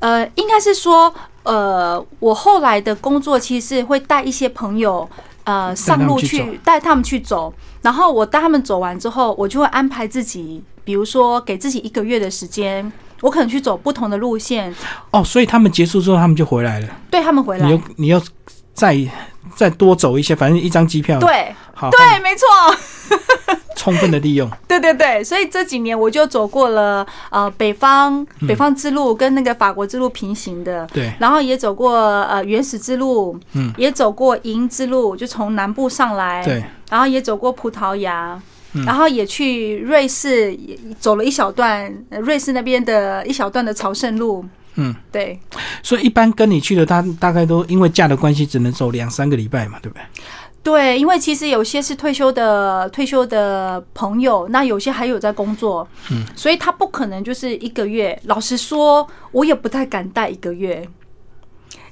Speaker 2: 呃，应该是说，呃，我后来的工作其实是会带一些朋友，呃，上
Speaker 1: 带他
Speaker 2: 路
Speaker 1: 们去
Speaker 2: 去带他们去走，然后我带他们走完之后，我就会安排自己，比如说给自己一个月的时间，我可能去走不同的路线，
Speaker 1: 哦，所以他们结束之后，他们就回来了。
Speaker 2: 对他们回
Speaker 1: 你又
Speaker 2: 来。
Speaker 1: 你又再再多走一些，反正一张机票，，
Speaker 2: 对
Speaker 1: 好，
Speaker 2: 对，没错，
Speaker 1: 充分的利用。
Speaker 2: 对对对，所以这几年我就走过了呃北方
Speaker 1: 嗯
Speaker 2: 北方之路跟那个法国之路平行的，
Speaker 1: 对，
Speaker 2: 然后也走过呃原始之路，
Speaker 1: 嗯
Speaker 2: 也走过银之路，就从南部上来，
Speaker 1: 对，
Speaker 2: 然后也走过葡萄牙，
Speaker 1: 嗯
Speaker 2: 然后也去瑞士，也走了一小段呃瑞士那边的一小段的朝圣路。
Speaker 1: 嗯，
Speaker 2: 对，
Speaker 1: 所以一般跟你去的，他大概都因为假的关系，只能走两三个礼拜嘛，对不对？
Speaker 2: 对，因为其实有些是退休的退休的朋友，那有些还有在工作，
Speaker 1: 嗯，
Speaker 2: 所以他不可能就是一个月。老实说，我也不太敢带一个月，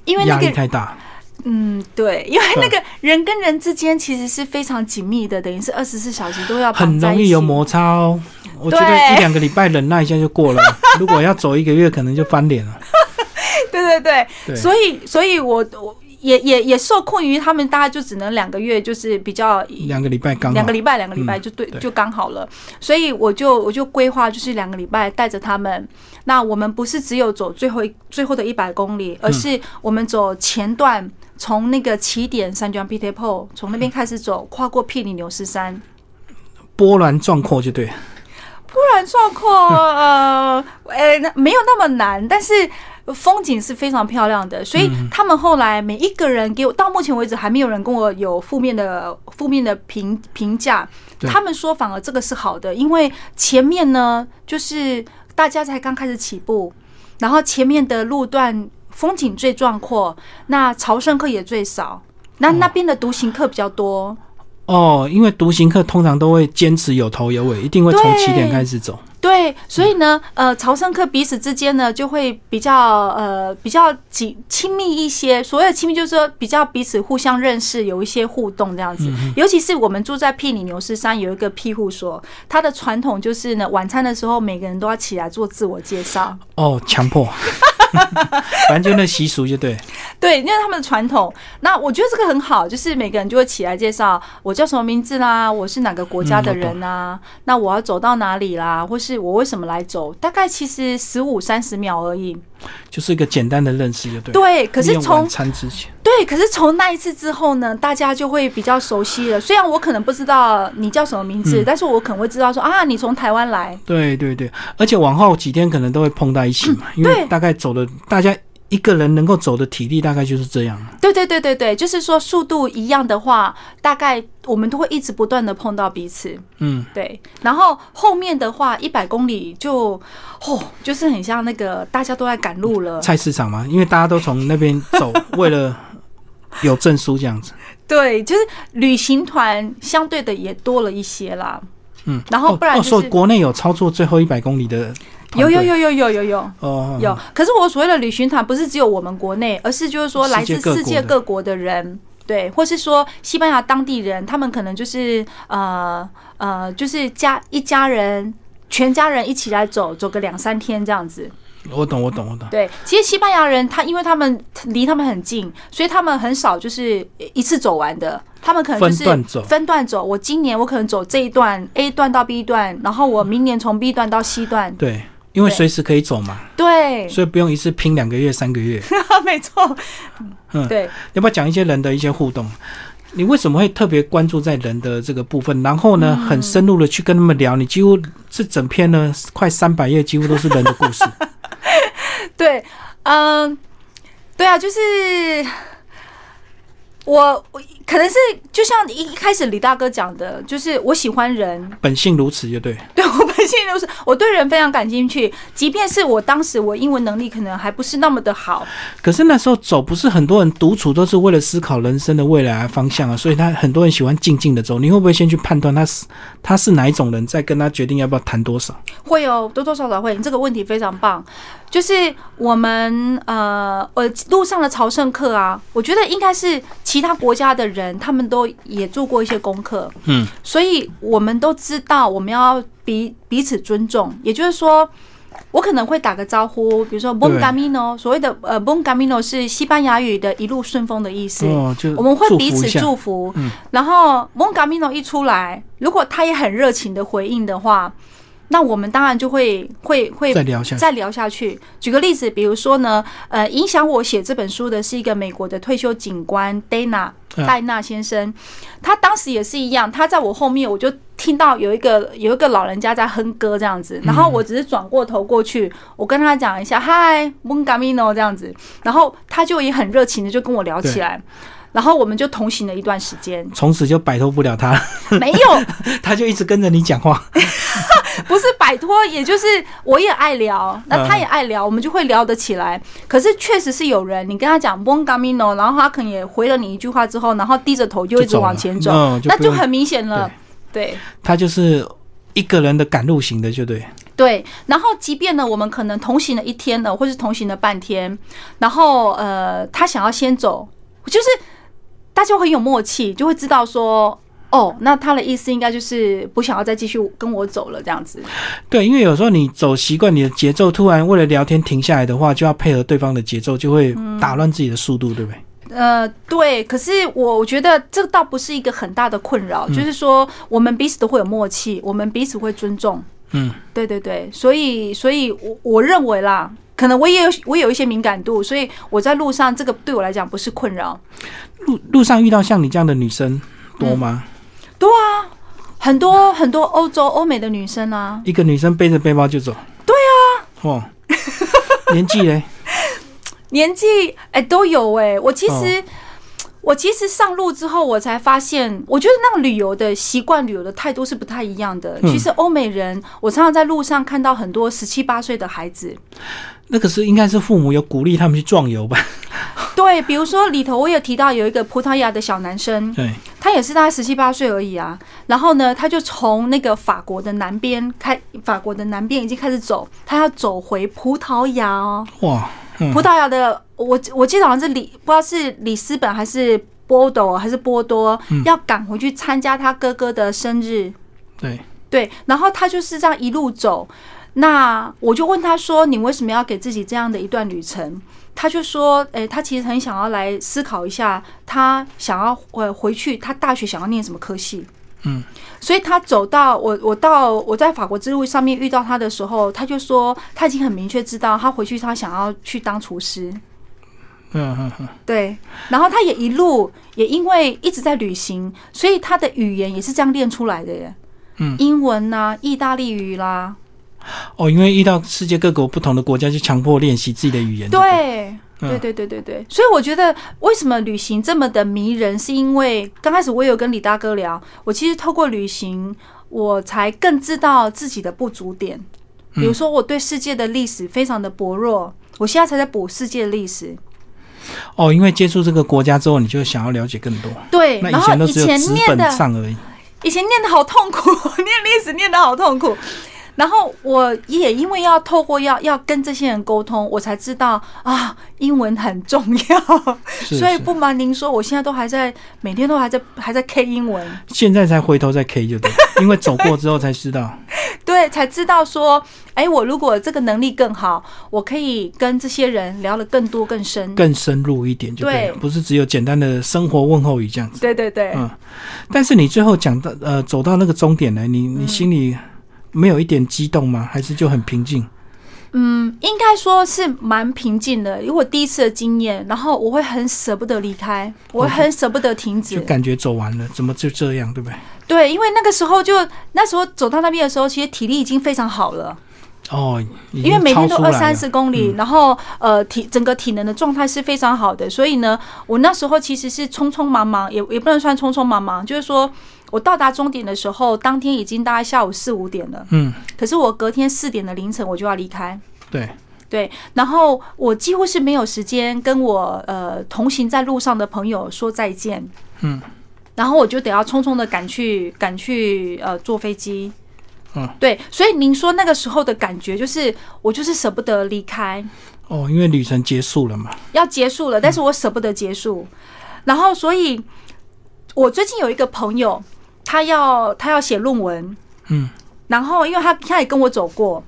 Speaker 2: 因为那
Speaker 1: 压力
Speaker 2: 个
Speaker 1: 太大。嗯
Speaker 2: 嗯，对，因为那个人跟人之间其实是非常紧密的，等于是二十四小时都要
Speaker 1: 很
Speaker 2: 啊绑在
Speaker 1: 容
Speaker 2: 一
Speaker 1: 易有
Speaker 2: 起
Speaker 1: 摩擦哦。我觉得
Speaker 2: 对
Speaker 1: 一两个礼拜忍耐一下就过 了，如果要走一个月，可能就翻脸了。
Speaker 2: 对对对，
Speaker 1: 对，
Speaker 2: 所以所以我我也也也受困于他们，大概就只能两个月，就是比较
Speaker 1: 两个礼拜刚好
Speaker 2: 两个礼拜两个礼拜
Speaker 1: 嗯
Speaker 2: 就对、
Speaker 1: 对
Speaker 2: 就刚好了，所以我就我就规划就是两个礼拜带着他们。那我们不是只有走最后一最后的一百公里，而
Speaker 1: 嗯
Speaker 2: 是我们走前段，从那个起点三江 p i t e p o 从
Speaker 1: 嗯
Speaker 2: 那边开始走，跨过毗邻牛斯山。
Speaker 1: 波澜壮阔就对。
Speaker 2: 突然状况， 呃，呃，那没有那么难，但是风景是非常漂亮的，所以他们后来每一个人给我，到目前为止还没有人跟我有负面的负面的评评价，
Speaker 1: 对
Speaker 2: 他们说反而这个是好的，因为前面呢就是大家才刚开始起步，然后前面的路段风景最壮阔，那朝圣客也最少，那那边的独行客比较多。
Speaker 1: 哦，因为独行客通常都会坚持有头有尾，一定会从
Speaker 2: 对
Speaker 1: 起点开始走。
Speaker 2: 对，所以呢，呃，朝圣客彼此之间呢就会比较呃比较紧亲密一些。所谓的亲密，就是说比较彼此互相认识，有一些互动这样子。尤其是我们住在庇里牛斯山有一个庇护所，它的传统就是呢，晚餐的时候每个人都要起来做自我介绍。
Speaker 1: 哦，强迫， 反正就那习俗就对。
Speaker 2: 对，因为他们的传统。那我觉得这个很好，就是每个人就会起来介绍我叫什么名字啦，我是哪个国家的人啊，那我要走到哪里啦，或是我为什么来走，大概其实十五三十秒而已。
Speaker 1: 就是一个简单的认识就对。，
Speaker 2: 对，可是从
Speaker 1: 餐之前，
Speaker 2: 对，可是从那一次之后呢，大家就会比较熟悉了。虽然我可能不知道你叫什么名字，
Speaker 1: 嗯
Speaker 2: 但是我可能会知道说啊，你从台湾来。
Speaker 1: 对对对，而且往后几天可能都会碰到一起嘛，因为
Speaker 2: 嗯对
Speaker 1: 大概走的大家一个人能够走的体力大概就是这样。
Speaker 2: 对对对对对，就是说速度一样的话，大概我们都会一直不断的碰到彼此。
Speaker 1: 嗯，
Speaker 2: 对，然后后面的话，一百公里就哦，就是很像那个大家都在赶路了。
Speaker 1: 菜市场嘛，因为大家都从那边 走，为了有证书这样子。
Speaker 2: 对，就是旅行团相对的也多了一些啦。
Speaker 1: 嗯，
Speaker 2: 然后不然
Speaker 1: 哦
Speaker 2: 就
Speaker 1: 哦，
Speaker 2: 是
Speaker 1: 说国内有操作最后一百公里的团
Speaker 2: 有
Speaker 1: 队
Speaker 2: 有有有有有有。
Speaker 1: 哦，
Speaker 2: 有，可是我所谓的旅行团不是只有我们国内，而是就是说来自
Speaker 1: 世界各国的
Speaker 2: 世界各国的人，对，或是说西班牙当地人，他们可能就是呃呃，就是家一家人。全家人一起来走，走个两三天这样子。
Speaker 1: 我懂我懂我懂。
Speaker 2: 对，其实西班牙人他，因为他们离他们很近，所以他们很少就是一次走完的。他们可能就
Speaker 1: 分
Speaker 2: 是
Speaker 1: 段走
Speaker 2: 分段走。我今年我可能走这一段 A 段到 B 段，然后我明年从 B 段到 C 段。
Speaker 1: 对，因为
Speaker 2: 对
Speaker 1: 随时可以走嘛，
Speaker 2: 对，
Speaker 1: 所以不用一次拼两个月、三个月。
Speaker 2: 没错
Speaker 1: 嗯。
Speaker 2: 对，
Speaker 1: 要不要讲一些人的一些互动？你为什么会特别关注在人的这个部分？然后呢，很深入的去跟他们聊，你几乎这整篇呢，快三百页，几乎都是人的故事。
Speaker 2: 对，嗯，对啊，就是我我可能是就像一一开始李大哥讲的，就是我喜欢人，
Speaker 1: 本性如此，就对。
Speaker 2: 对我本性就是我对人非常感兴趣，即便是我当时我英文能力可能还不是那么的好，
Speaker 1: 可是那时候走，不是很多人独处都是为了思考人生的未来啊方向啊，所以他很多人喜欢静静的走。你会不会先去判断他是他是哪一种人，再跟他决定要不要谈多少？
Speaker 2: 会哦，多多少少会。你这个问题非常棒，就是我们呃呃路上的朝圣课啊，我觉得应该是其他国家的人，他们都也做过一些功课，
Speaker 1: 嗯，
Speaker 2: 所以我们都知道我们要彼彼此尊重，也就是说。我可能会打个招呼，比如说 “bon camino”，所谓的呃 “bon camino” 是西班牙语的“一路顺风”的意思。
Speaker 1: 哦，就
Speaker 2: 我们会
Speaker 1: 祝
Speaker 2: 彼
Speaker 1: 福
Speaker 2: 此
Speaker 1: 一下。
Speaker 2: 祝福。
Speaker 1: 嗯
Speaker 2: 然后 m o n g a m i n o 一出来，如果他也很热情的回应的话，那我们当然就会会会
Speaker 1: 再聊一下。
Speaker 2: 再聊下去。举个例子，比如说呢，呃，影响我写这本书的是一个美国的退休警官 Dana
Speaker 1: 嗯
Speaker 2: 戴纳先生，他当时也是一样，他在我后面，我就听到有一个有一个老人家在哼歌这样子，然后我只是转过头过去，我跟他讲一下嗨 m o n g a m i n o 这样子，然后他就也很热情的就跟我聊起来。然后我们就同行了一段时间，
Speaker 1: 从此就摆脱不了他，
Speaker 2: 没有，
Speaker 1: 他就一直跟着你讲话。
Speaker 2: 不是摆脱，也就是我也爱聊，那他也爱聊，我们就会聊得起来。可是确实是有人，你跟他讲 “bon camino”，然后哦他可能也回了你一句话之后，然后低着头就一直
Speaker 1: 就走了
Speaker 2: 往前走，
Speaker 1: 嗯就
Speaker 2: 那
Speaker 1: 不
Speaker 2: 就
Speaker 1: 用
Speaker 2: 很明显了。对
Speaker 1: 他就是一个人的赶路型的，就对。
Speaker 2: 对，然后即便呢，我们可能同行了一天了，或是同行了半天，然后呃，他想要先走，就是大家会很有默契，就会知道说。哦，那他的意思应该就是不想要再继续跟我走了，这样子。
Speaker 1: 对，因为有时候你走习惯你的节奏，突然为了聊天停下来的话，就要配合对方的节奏，就会打乱自己的速度，对不对？
Speaker 2: 呃，对，可是我我觉得这倒不是一个很大的困扰，就是说我们彼此都会有默契，我们彼此会尊重。
Speaker 1: 嗯，
Speaker 2: 对对对，所以所以我我认为啦，可能我也有我有一些敏感度，所以我在路上这个对我来讲不是困扰。
Speaker 1: 路路上遇到像你这样的女生多吗？
Speaker 2: 对啊，很多很多欧洲欧美的女生啊，
Speaker 1: 一个女生背着背包就走？对啊。哦，年纪嘞？
Speaker 2: 年纪哎、都有哎、我其实、我其实上路之后，我才发现，我觉得那种旅游的习惯、旅游的态度是不太一样的。
Speaker 1: 嗯
Speaker 2: 其实欧美人，我常常在路上看到很多十七八岁的孩子，
Speaker 1: 那个是应该是父母有鼓励他们去壮游吧？
Speaker 2: 对，比如说里头我有提到有一个葡萄牙的小男生，
Speaker 1: 对，
Speaker 2: 他也是大概十七八岁而已啊。然后呢，他就从那个法国的南边开，法国的南边已经开始走，他要走回葡萄牙哦。
Speaker 1: 哇，嗯
Speaker 2: 葡，萄牙的，我我记得好像是里，不知道是里斯本还是波斗还是波多，
Speaker 1: 嗯
Speaker 2: 要赶回去参加他哥哥的生日。
Speaker 1: 对，
Speaker 2: 对，然后他就是这样一路走。那我就问他说：“你为什么要给自己这样的一段旅程？”他就说：“诶、他其实很想要来思考一下，他想要呃回去，他大学想要念什么科系。”
Speaker 1: 嗯，
Speaker 2: 所以他走到我，我到我在法国之路上面遇到他的时候，他就说他已经很明确知道他回去他想要去当厨师。
Speaker 1: 嗯嗯嗯，
Speaker 2: 对，然后他也一路也因为一直在旅行，所以他的语言也是这样练出来的耶。
Speaker 1: 嗯
Speaker 2: 英文呐、意大利语啦，
Speaker 1: 哦，因为遇到世界各国不同的国家，就强迫练习自己的语言。不，
Speaker 2: 对，
Speaker 1: 嗯
Speaker 2: 对对对对对。所以我觉得为什么旅行这么的迷人，是因为刚开始我有跟李大哥聊，我其实透过旅行，我才更知道自己的不足点。
Speaker 1: 嗯
Speaker 2: 比如说，我对世界的历史非常的薄弱，我现在才在补世界的历史。
Speaker 1: 哦，因为接触这个国家之后，你就想要了解更多。
Speaker 2: 对，
Speaker 1: 那
Speaker 2: 哎然
Speaker 1: 以
Speaker 2: 后
Speaker 1: 前都
Speaker 2: 以
Speaker 1: 只有
Speaker 2: 前
Speaker 1: 纸
Speaker 2: 念
Speaker 1: 本
Speaker 2: 的
Speaker 1: 上而已。
Speaker 2: 以前念的好痛苦，念历史念的好痛苦。然后我也因为要透过要要跟这些人沟通，我才知道啊，英文很重要。
Speaker 1: 是
Speaker 2: 所以
Speaker 1: 是
Speaker 2: 不瞒您说，我现在都还在每天都还在还在 K 英文，
Speaker 1: 现在才回头再 K 就对，因为走过之后才知 道。
Speaker 2: 对，才知道说，哎，我如果这个能力更好，我可以跟这些人聊得更多更深。
Speaker 1: 更深入一点就对了，
Speaker 2: 对
Speaker 1: 不是只有简单的生活问候语这样子。
Speaker 2: 对对对，
Speaker 1: 嗯，但是你最后讲到呃走到那个终点来，
Speaker 2: 嗯
Speaker 1: 你你心里没有一点激动吗？还是就很平静？
Speaker 2: 嗯，应该说是蛮平静的，因为我第一次的经验，然后我会很舍不得离开，我
Speaker 1: 哦
Speaker 2: 会很舍不得停止
Speaker 1: 就。感觉走完了，怎么就这样，对不对？
Speaker 2: 对，因为那个时候就那时候走到那边的时候，其实体力已经非常好了，
Speaker 1: 哦，已经
Speaker 2: 因为每天
Speaker 1: 超
Speaker 2: 都
Speaker 1: 出来
Speaker 2: 二
Speaker 1: 了嗯
Speaker 2: 三十公里，然后呃体整个体能的状态是非常好的，所以呢，我那时候其实是匆匆忙忙，也也不能算匆匆忙忙，就是说我到达终点的时候，当天已经大概下午四五点了，
Speaker 1: 嗯，
Speaker 2: 可是我隔天四点的凌晨我就要离开。
Speaker 1: 对，
Speaker 2: 对，然后我几乎是没有时间跟我呃同行在路上的朋友说再见，
Speaker 1: 嗯，
Speaker 2: 然后我就得要匆匆的赶去赶去呃坐飞机，
Speaker 1: 嗯，
Speaker 2: 对，所以您说那个时候的感觉就是我就是舍不得离开，
Speaker 1: 哦，因为旅程结束了嘛，
Speaker 2: 要结束了，但是我舍不得结束，然后所以，我最近有一个朋友，他要他要写论文，
Speaker 1: 嗯，
Speaker 2: 然后因为他他也跟我走过，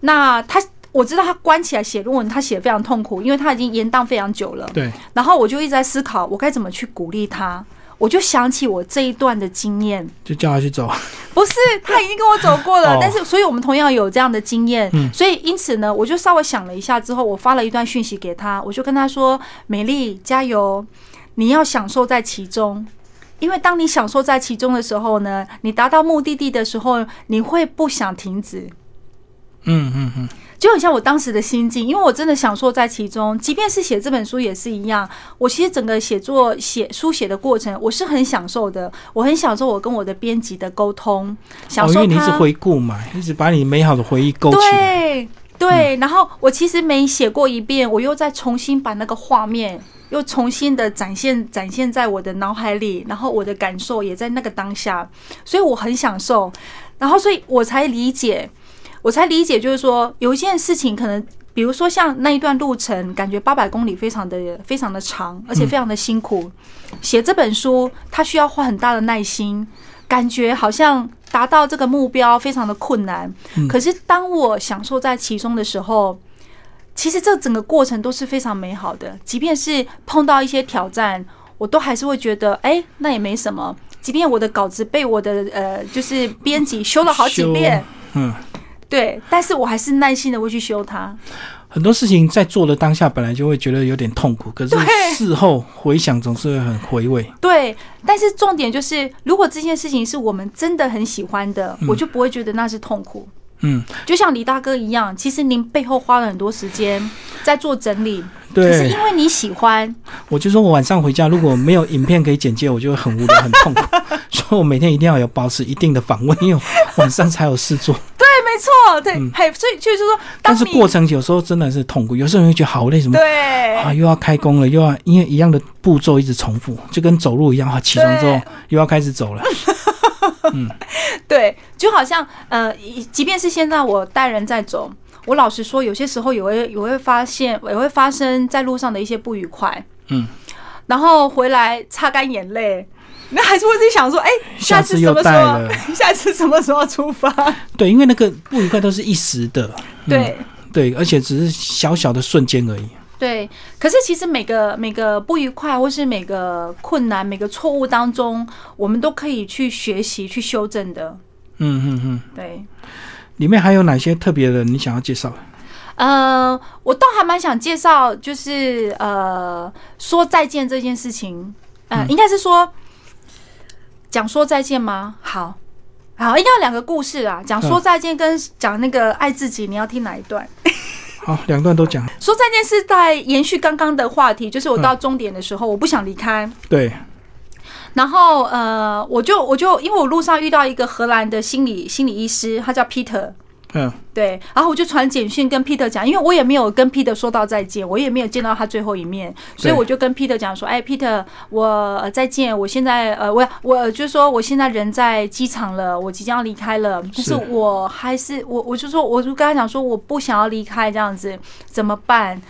Speaker 2: 那他我知道他关起来写论文，他写得非常痛苦，因为他已经延宕非常久了。
Speaker 1: 对，
Speaker 2: 然后我就一直在思考，我该怎么去鼓励他。我就想起我这一段的经验，
Speaker 1: 就叫他去走。
Speaker 2: 不是他已经跟我走过了
Speaker 1: 哦，
Speaker 2: 但是所以我们同样有这样的经验，
Speaker 1: 嗯
Speaker 2: 所以因此呢，我就稍微想了一下之后，我发了一段讯息给他，我就跟他说：“美丽，加油，你要享受在其中。”因为当你享受在其中的时候呢，你达到目的地的时候，你会不想停止，
Speaker 1: 嗯嗯嗯，
Speaker 2: 就很像我当时的心境，因为我真的享受在其中。即便是写这本书也是一样，我其实整个写作、写书写的过程，我是很享受的。我很享受我跟我的编辑的沟通，享
Speaker 1: 哦，因
Speaker 2: 受
Speaker 1: 为你一直
Speaker 2: 他。
Speaker 1: 回顾嘛，一直把你美好的回忆勾起来。嗯
Speaker 2: 对对，然后我其实每写过一遍，我又再重新把那个画面又重新的展现展现在我的脑海里，然后我的感受也在那个当下，所以我很享受，然后所以我才理解，我才理解就是说有一件事情可能。比如说像那一段路程，感觉八百公里非常的非常的长，
Speaker 1: 嗯
Speaker 2: 而且非常的辛苦。写这本书，它需要花很大的耐心，感觉好像达到这个目标非常的困难。
Speaker 1: 嗯
Speaker 2: 可是当我享受在其中的时候，其实这整个过程都是非常美好的。即便是碰到一些挑战，我都还是会觉得，哎、那也没什么。即便我的稿子被我的呃，就是编辑修了好几
Speaker 1: 修
Speaker 2: 遍，
Speaker 1: 嗯，
Speaker 2: 对，但是我还是耐心的会去修它。
Speaker 1: 很多事情在做的当下，本来就会觉得有点痛苦，可是
Speaker 2: 对
Speaker 1: 事后回想总是会很回味。
Speaker 2: 对，但是重点就是，如果这件事情是我们真的很喜欢的，我就不会觉得那是痛苦。
Speaker 1: 嗯，
Speaker 2: 就像李大哥一样，其实您背后花了很多时间在做整理，可是
Speaker 1: 对
Speaker 2: 因，为你喜欢，
Speaker 1: 我就说我晚上回家如果没有影片可以简介，我就会很无聊、很 痛苦，所以我每天一定要有保持一定的访问，因为我晚上才有事做。
Speaker 2: 没错，对，嘿，所以就是说，
Speaker 1: 嗯但
Speaker 2: 当你
Speaker 1: 是过程有时候真的是痛苦，有时候你会觉得好累，什么
Speaker 2: 对、
Speaker 1: 啊，又要开工了，又要因为一样的步骤一直重复，就跟走路一样啊，起床之后
Speaker 2: 对
Speaker 1: 又要开始走了。
Speaker 2: 对，就好像呃，以即便是现在我带人在走，我老实说，有些时候也会也会发现，也会发生在路上的一些不愉快，
Speaker 1: 嗯，
Speaker 2: 然后回来擦干眼泪。那还是会自己想说，哎、
Speaker 1: 下
Speaker 2: 次
Speaker 1: 次
Speaker 2: 什
Speaker 1: 又
Speaker 2: 么时
Speaker 1: 带
Speaker 2: 候
Speaker 1: 了？
Speaker 2: 下次什么时候出发？
Speaker 1: 对，因为那个不愉快都是一时的，嗯
Speaker 2: 对、
Speaker 1: 对，而且只是小小的瞬间而已。
Speaker 2: 对。可是其实每个每个不愉快，或是每个困难、每个错误当中，我们都可以去学习、去修正的。
Speaker 1: 嗯嗯嗯，
Speaker 2: 对，
Speaker 1: 里面还有哪些特别的你想要介绍？
Speaker 2: 呃，我倒还蛮想介绍，就是呃，说再见这件事情，呃，应该是说讲说再见吗？好，好，应该有两个故事啊，讲说再见跟讲那个爱自己，你要听哪一段？
Speaker 1: 好，两段都讲。
Speaker 2: 说再见是在延续刚刚的话题，就是我到终点的时候，我不想离开，
Speaker 1: 对，
Speaker 2: 然后呃，我就我就因为我路上遇到一个荷兰的心理心理医师，他叫 Peter，
Speaker 1: 嗯，
Speaker 2: 对，然后我就传简讯跟 Peter 讲，因为我也没有跟 Peter 说到再见，我也没有见到他最后一面，所以我就跟 Peter 讲说，哎，Peter，我呃再见，我现在呃，我我就说我现在人在机场了，我即将要离开了，但是
Speaker 1: 是
Speaker 2: 我还是我我就说，我就跟他讲说，我不想要离开这样子，怎么办？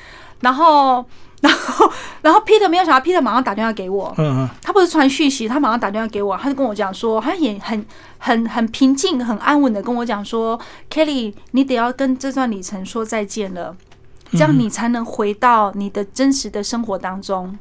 Speaker 2: 然后。 然后，然后 Peter 没有想到，Peter 马上打电话给我，
Speaker 1: 嗯嗯，
Speaker 2: 他不是传讯息，他马上打电话给我，他就跟我讲说，他也很很很平静、很安稳的跟我讲说，Kelly，你得要跟这段旅程说再见了，这样你才能回到你的真实的生活当中。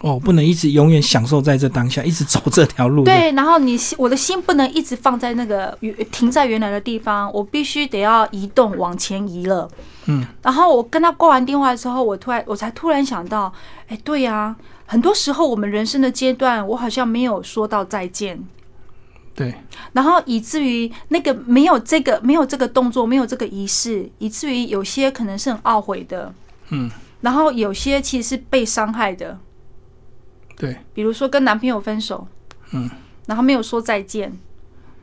Speaker 1: 哦，不能一直永远享受在这当下，一直走这条路。，
Speaker 2: 对，然后你心我的心不能一直放在那个原停在原来的地方，我必须得要移动往前移了。
Speaker 1: 嗯，
Speaker 2: 然后我跟他挂完电话之后，我突然我才突然想到，哎，对呀、很多时候我们人生的阶段，我好像没有说到再见。
Speaker 1: 对，
Speaker 2: 然后以至于那个没有这个没有这个动作，没有这个仪式，以至于有些可能是很懊悔的，
Speaker 1: 嗯，
Speaker 2: 然后有些其实是被伤害的，
Speaker 1: 对，
Speaker 2: 比如说跟男朋友分手，
Speaker 1: 嗯，
Speaker 2: 然后没有说再见，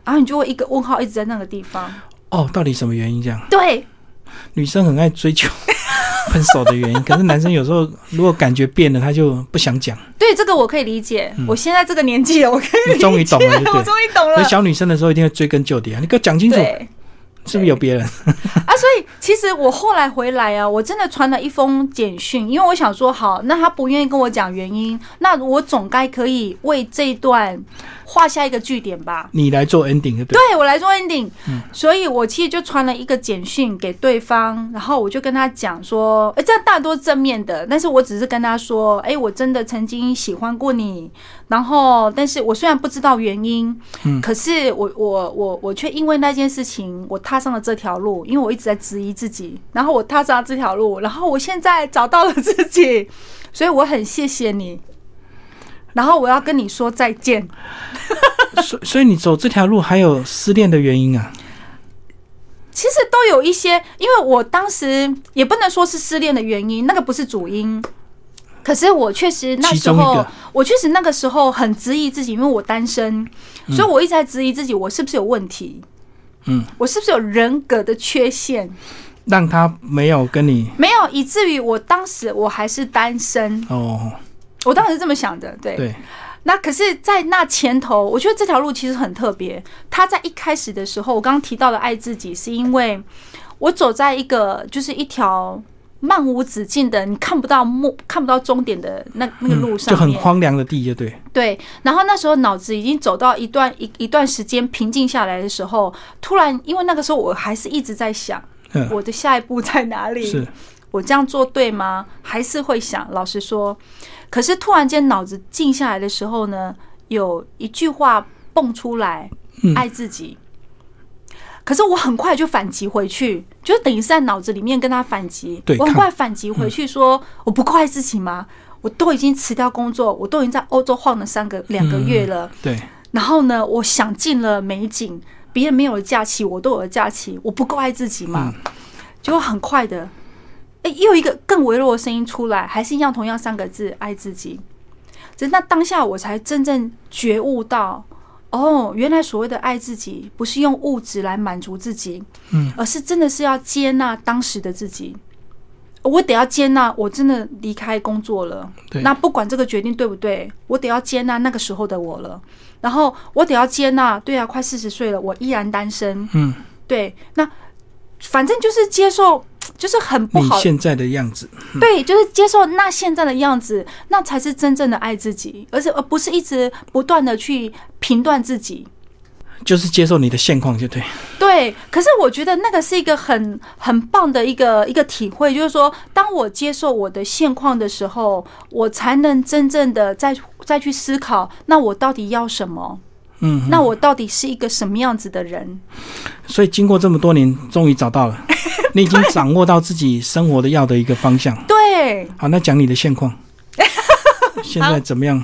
Speaker 2: 然后你就会一个问号一直在那个地方，
Speaker 1: 哦，到底什么原因这样？
Speaker 2: 对
Speaker 1: 女生很爱追求 分手的原因，可是男生有时候如果感觉变了，他就不想 讲。
Speaker 2: 对，这个我可以理解，
Speaker 1: 嗯
Speaker 2: 我现在这个年纪了，我可以理
Speaker 1: 你终 于懂了
Speaker 2: 解
Speaker 1: 就对
Speaker 2: 我终于懂
Speaker 1: 而
Speaker 2: 了，
Speaker 1: 小女生的时候一定会追根究底啊，你给我讲清楚，
Speaker 2: 对。
Speaker 1: 是不是有别人？
Speaker 2: 啊，所以其实我后来回来啊，我真的传了一封简讯，因为我想说，好，那他不愿意跟我讲原因，那我总该可以为这一段画下一个句点吧。
Speaker 1: 你来做 ending 就对嗯了。
Speaker 2: 对我来做 ending，、所以我其实就传了一个简讯给对方，然后我就跟他讲说，哎、这样大多正面的，但是我只是跟他说，哎、我真的曾经喜欢过你，然后但是我虽然不知道原因，
Speaker 1: 嗯
Speaker 2: 可是我我我我却因为那件事情，我踏上了这条路，因为我一直在质疑自己，然后我踏上了这条路，然后我现在找到了自己，所以我很谢谢你，然后我要跟你说再见。
Speaker 1: 所以所以你走这条路还有失恋的原因啊？
Speaker 2: 其实都有一些，因为我当时也不能说是失恋的原因，那个不是主因。可是我确实那时
Speaker 1: 其中一
Speaker 2: 候
Speaker 1: 个，
Speaker 2: 我确实那个时候很质疑自己，因为我单身，所以我一直在质疑自己，我是不是有问题？
Speaker 1: 嗯，
Speaker 2: 我是不是有人格的缺陷？
Speaker 1: 让他没有跟你
Speaker 2: 没有，以至于我当时我还是单身，
Speaker 1: 哦，
Speaker 2: 我当时是这么想的。对，
Speaker 1: 对，
Speaker 2: 那可是，在那前头，我觉得这条路其实很特别。它在一开始的时候，我刚刚提到的爱自己，是因为我走在一个就是一条漫无止境的、你看不到目、看不到终点的那那个路
Speaker 1: 嗯就
Speaker 2: 上
Speaker 1: 很
Speaker 2: 面。
Speaker 1: 荒凉的地，就对，
Speaker 2: 对，然后那时候脑子已经走到一段一一段时间平静下来的时候，突然因为那个时候我还是一直在想
Speaker 1: 嗯，
Speaker 2: 我的下一步在哪里。
Speaker 1: 是
Speaker 2: 我这样做对吗？还是会想，老实说。可是突然间脑子静下来的时候呢，有一句话蹦出来
Speaker 1: 嗯：
Speaker 2: 爱自己。可是我很快就反击回去，就等于是在脑子里面跟他反击
Speaker 1: 对。嗯
Speaker 2: 我很
Speaker 1: 抗
Speaker 2: 快反击回去说：“我不够爱自己吗？我都已经辞掉工作，我都已经在欧洲晃了三个两个月了。
Speaker 1: 对，
Speaker 2: 然后呢，我想尽了美景，别人没有的假期，我都有的假期，我不够爱自己嘛。结果很快的，哎、又一个更微弱的声音出来，还是一样同样三个字“爱自己”。只是那当下我才真正觉悟到，哦，原来所谓的爱自己，不是用物质来满足自己，
Speaker 1: 嗯，
Speaker 2: 而是真的是要接纳当时的自己。我得要接纳，我真的离开工作了
Speaker 1: 对。
Speaker 2: 那不管这个决定对不对，我得要接纳那个时候的我了。然后我得要接纳，对啊，快四十岁了，我依然单身。
Speaker 1: 嗯，
Speaker 2: 对，那反正就是接受，就是很不
Speaker 1: 你
Speaker 2: 好，
Speaker 1: 现在的样子，
Speaker 2: 对，就是接受那现在的样子，那才是真正的爱自己，而且而不是一直不断的去评断自己。
Speaker 1: 就是接受你的现况，就对，
Speaker 2: 对，可是我觉得那个是一个很很棒的一个一个体会，就是说，当我接受我的现况的时候，我才能真正的再再去思考，那我到底要什么？
Speaker 1: 嗯，
Speaker 2: 那我到底是一个什么样子的人？
Speaker 1: 所以经过这么多年，终于找到 了，你已经掌握到自己生活的要的一个方向。
Speaker 2: 对，
Speaker 1: 好，那讲你的现 况，现在怎么样？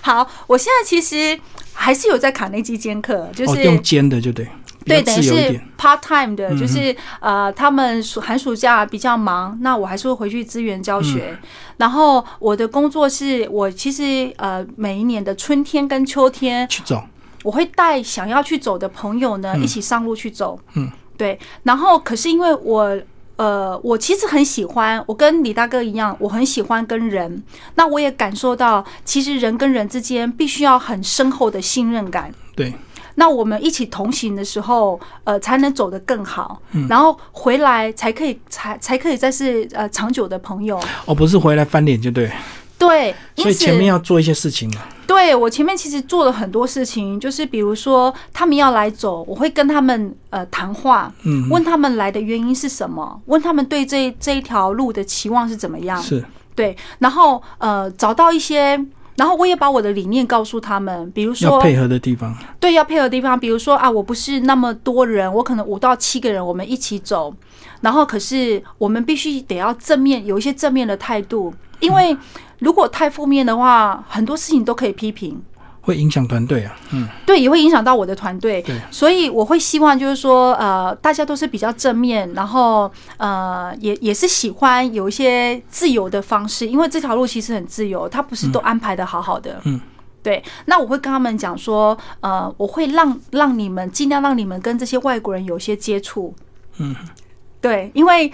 Speaker 2: 好，我现在其实还是有在卡内基兼课，就
Speaker 1: 哦，
Speaker 2: 是、
Speaker 1: 用煎的就对，比较
Speaker 2: 对，等于
Speaker 1: 自由一
Speaker 2: 是
Speaker 1: 点。嗯
Speaker 2: part time 的，就是呃，他们暑寒暑假比较忙，那我还是会回去支援教学。
Speaker 1: 嗯
Speaker 2: 然后我的工作是我其实呃，每一年的春天跟秋天，
Speaker 1: 去走，
Speaker 2: 我会带想要去走的朋友呢，一起上路去走。
Speaker 1: 嗯。
Speaker 2: 对，然后可是因为我。呃，我其实很喜欢，我跟李大哥一样，我很喜欢跟人。那我也感受到，其实人跟人之间必须要很深厚的信任感。
Speaker 1: 对，
Speaker 2: 那我们一起同行的时候，呃，才能走得更好，
Speaker 1: 嗯
Speaker 2: 然后回来才可以，才才可以再是呃长久的朋友。
Speaker 1: 哦，不是回来翻脸就对，
Speaker 2: 对，因
Speaker 1: 所以
Speaker 2: 此
Speaker 1: 前面要做一些事情嘛。
Speaker 2: 对我前面其实做了很多事情，就是比如说他们要来走，我会跟他们呃谈话，
Speaker 1: 嗯，
Speaker 2: 问他们来的原因是什么，问他们对这这一条路的期望是怎么样，
Speaker 1: 是
Speaker 2: 对，然后呃找到一些，然后我也把我的理念告诉他们，比如
Speaker 1: 要
Speaker 2: 说
Speaker 1: 配合的地方。
Speaker 2: 对要配合的地方，比如说啊我不是那么多人，我可能五到七个人我们一起走，然后可是我们必须得要正面有一些正面的态度，因为如果太负面的话，很多事情都可以批评。
Speaker 1: 会影响团队啊，嗯，
Speaker 2: 对，也会影响到我的团队
Speaker 1: 对，
Speaker 2: 所以我会希望就是说，呃，大家都是比较正面，然后呃，也也是喜欢有一些自由的方式，因为这条路其实很自由，它不是都安排的好好的，
Speaker 1: 嗯。
Speaker 2: 对，那我会跟他们讲说，呃，我会让让你们尽量让你们跟这些外国人有一些接触，
Speaker 1: 嗯，
Speaker 2: 对，因为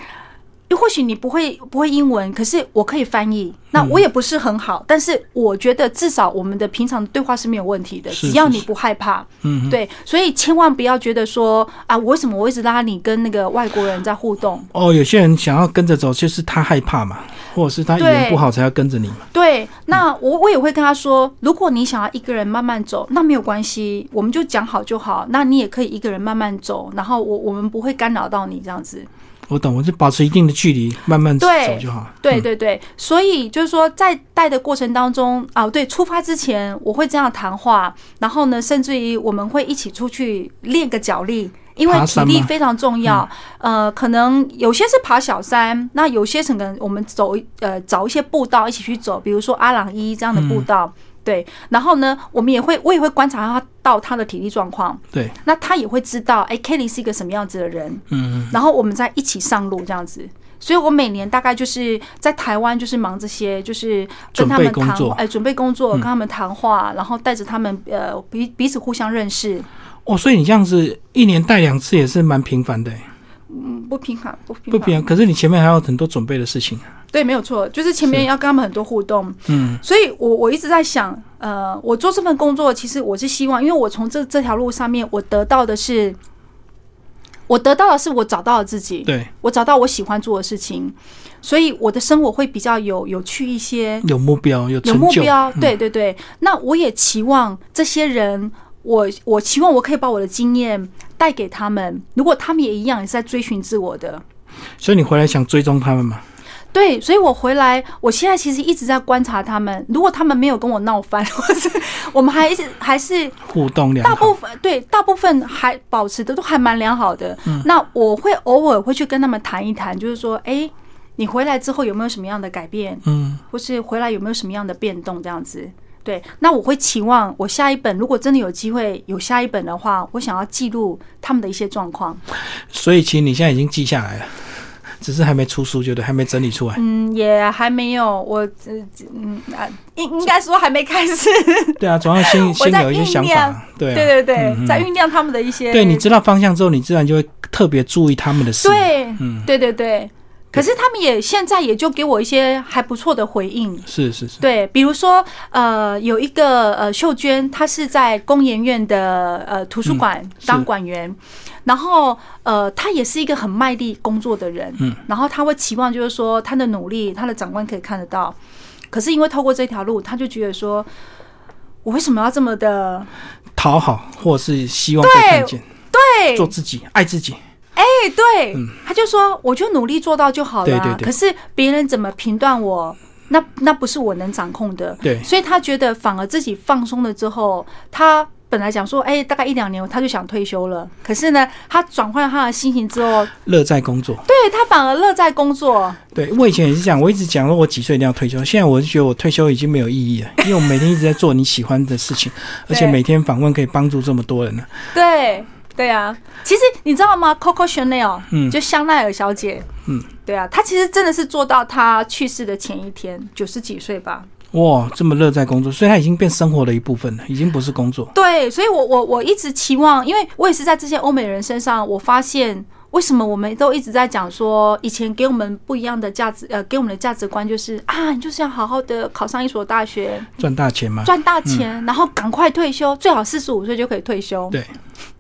Speaker 2: 或许你不会不会英文，可是我可以翻译。
Speaker 1: 嗯
Speaker 2: 那我也不是很好，但是我觉得至少我们的平常对话是没有问题的，
Speaker 1: 是
Speaker 2: 只要
Speaker 1: 是
Speaker 2: 你
Speaker 1: 是
Speaker 2: 不害怕，
Speaker 1: 嗯，
Speaker 2: 对，所以千万不要觉得说啊，我为什么我一直拉你跟那个外国人在互动？
Speaker 1: 哦，有些人想要跟着走，就是他害怕嘛，或者是他语言
Speaker 2: 对
Speaker 1: 不好才要跟着你嘛。
Speaker 2: 对，那我我也会跟他说，如果你想要一个人慢慢走，那没有关系，我们就讲好就好。那你也可以一个人慢慢走，然后我我们不会干扰到你这样子。
Speaker 1: 我懂，我就保持一定的距离，慢慢走
Speaker 2: 对
Speaker 1: 就好。
Speaker 2: 对
Speaker 1: 嗯
Speaker 2: 对对，所以就是说，在带的过程当中啊，对，出发之前我会这样谈话，然后呢，甚至于我们会一起出去练个脚力，因为
Speaker 1: 爬
Speaker 2: 体
Speaker 1: 山
Speaker 2: 力
Speaker 1: 吗嗯
Speaker 2: 非常重要。呃，可能有些是爬小山，那有些可能我们走呃找一些步道一起去走，比如说阿朗伊这样的步道。
Speaker 1: 嗯
Speaker 2: 对，然后呢，我们也会，我也会观察他到他的体力状况，
Speaker 1: 对，
Speaker 2: 那他也会知道，哎，Kelly 是一个什么样子的人，
Speaker 1: 嗯，
Speaker 2: 然后我们再一起上路这样子。所以我每年大概就是在台湾，就是忙这些，就是跟他们
Speaker 1: 准备
Speaker 2: 谈
Speaker 1: 工作，嗯
Speaker 2: 哎，准备工作，跟他们谈话，然后带着他们，呃，彼彼此互相认识，
Speaker 1: 哦，所以你这样子一年带两次也是蛮频繁的、
Speaker 2: 嗯，不平衡，不
Speaker 1: 不
Speaker 2: 平衡，
Speaker 1: 平。可是你前面还有很多准备的事情。啊
Speaker 2: 对，没有错，就是前面
Speaker 1: 是
Speaker 2: 要跟他们很多互动，
Speaker 1: 嗯，
Speaker 2: 所以我我一直在想，呃，我做这份工作，其实我是希望，因为我从这这条路上面，我得到的是，我得到的是我找到了自己，
Speaker 1: 对，
Speaker 2: 我找到我喜欢做的事情，所以我的生活会比较有有趣一些，
Speaker 1: 有目标，有
Speaker 2: 有
Speaker 1: 成
Speaker 2: 目
Speaker 1: 就。嗯
Speaker 2: 标。对对对，那我也期望这些人，我我期望我可以把我的经验带给他们，如果他们也一样也是在追寻自我的。
Speaker 1: 所以你回来想追踪他们嘛？
Speaker 2: 对，所以我回来，我现在其实一直在观察他们。如果他们没有跟我闹翻， 或是我们还是还是
Speaker 1: 互动良
Speaker 2: 大
Speaker 1: 好。
Speaker 2: 部分对大部分还保持的都还蛮良好的。
Speaker 1: 嗯
Speaker 2: 那我会偶尔会去跟他们谈一谈，就是说，哎，你回来之后有没有什么样的改变，
Speaker 1: 嗯，
Speaker 2: 或是回来有没有什么样的变动这样子。对，那我会期望我下一本，如果真的有机会有下一本的话，我想要记录他们的一些状况。
Speaker 1: 所以其实你现在已经记下来了，只是还没出书，就对，还没整理出来。
Speaker 2: 嗯，也还没有，我呃嗯啊，应应该说还没开始。
Speaker 1: 对啊，总要先
Speaker 2: 我
Speaker 1: 先
Speaker 2: 在
Speaker 1: 有一些
Speaker 2: 酝
Speaker 1: 想
Speaker 2: 酿
Speaker 1: 法。对啊，
Speaker 2: 对对对，在酝酿他们的一些
Speaker 1: 对你知道方向之后，你自然就会特别注意他们的事。
Speaker 2: 对
Speaker 1: 嗯
Speaker 2: 对对对。可是他们也现在也就给我一些还不错的回应，
Speaker 1: 是是是，
Speaker 2: 对，比如说呃，有一个呃秀娟，她是在工研院的呃图书馆
Speaker 1: 嗯是
Speaker 2: 当管员，然后呃，她也是一个很卖力工作的人，
Speaker 1: 嗯，
Speaker 2: 然后她会期望就是说她的努力，她的长官可以看得到，可是因为透过这条路，她就觉得说。我为什么要这么的？
Speaker 1: 讨好或是希望被看见，
Speaker 2: 对，
Speaker 1: 做自己，爱自己。
Speaker 2: 哎、对，他就说我就努力做到就好了
Speaker 1: 嗯
Speaker 2: 啊、
Speaker 1: 对对对
Speaker 2: 可是别人怎么评断我，那那不是我能掌控的。
Speaker 1: 对
Speaker 2: 所以他觉得反而自己放松了之后，他本来想说，哎、大概一两年他就想退休了。可是呢，他转换他的心情 之后，
Speaker 1: 乐在工作。
Speaker 2: 对他反而乐在工作。
Speaker 1: 对我以前也是讲，我一直讲说我几岁一定要退休，现在我就觉得我退休已经没有意义了，因为我每天一直在做你喜欢的事情，而且每天访问可以帮助这么多人呢、
Speaker 2: 对对啊，其实你知道吗？Coco Chanel，
Speaker 1: 嗯
Speaker 2: 就香奈儿小姐，
Speaker 1: 嗯，
Speaker 2: 对啊，她其实真的是做到她去世的前一天，九十几岁吧。
Speaker 1: 哇，这么热在工作，所以它已经变生活的一部分了，已经不是工作。
Speaker 2: 对，所以我我我一直期望，因为我也是在这些欧美人身上，我发现为什么我们都一直在讲说，以前给我们不一样的价值，呃，给我们的价值观就是啊，你就是要好好的考上一所大学，
Speaker 1: 赚大钱嘛，
Speaker 2: 赚大钱，然后赶快退休，最好四十五岁就可以退休。
Speaker 1: 对。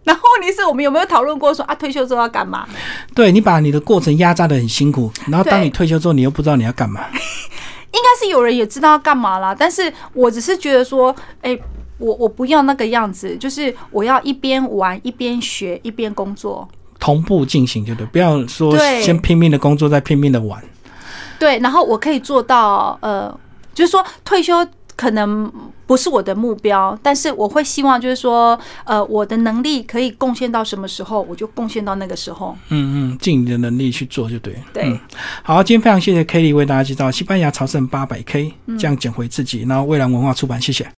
Speaker 2: 然后问题是我们有没有讨论过说啊，退休之后要干嘛？
Speaker 1: 对你把你的过程压榨的很辛苦，然后当你退休之后，你又不知道你要干嘛。
Speaker 2: 应该是有人也知道要干嘛啦，但是我只是觉得说，哎、我我不要那个样子，就是我要一边玩一边学一边工作。
Speaker 1: 同步进行就对，不要说
Speaker 2: 对
Speaker 1: 先拼命的工作，再拼命的玩。
Speaker 2: 对，然后我可以做到，呃，就是说退休可能不是我的目标，但是我会希望就是说，呃，我的能力可以贡献到什么时候，我就贡献到那个时候。
Speaker 1: 嗯嗯，尽你的能力去做就对。
Speaker 2: 对，
Speaker 1: 嗯好，今天非常谢谢 Kelly 为大家介绍西班牙朝圣八百 K，这样捡回自己。然后蔚蓝文化出版，谢谢。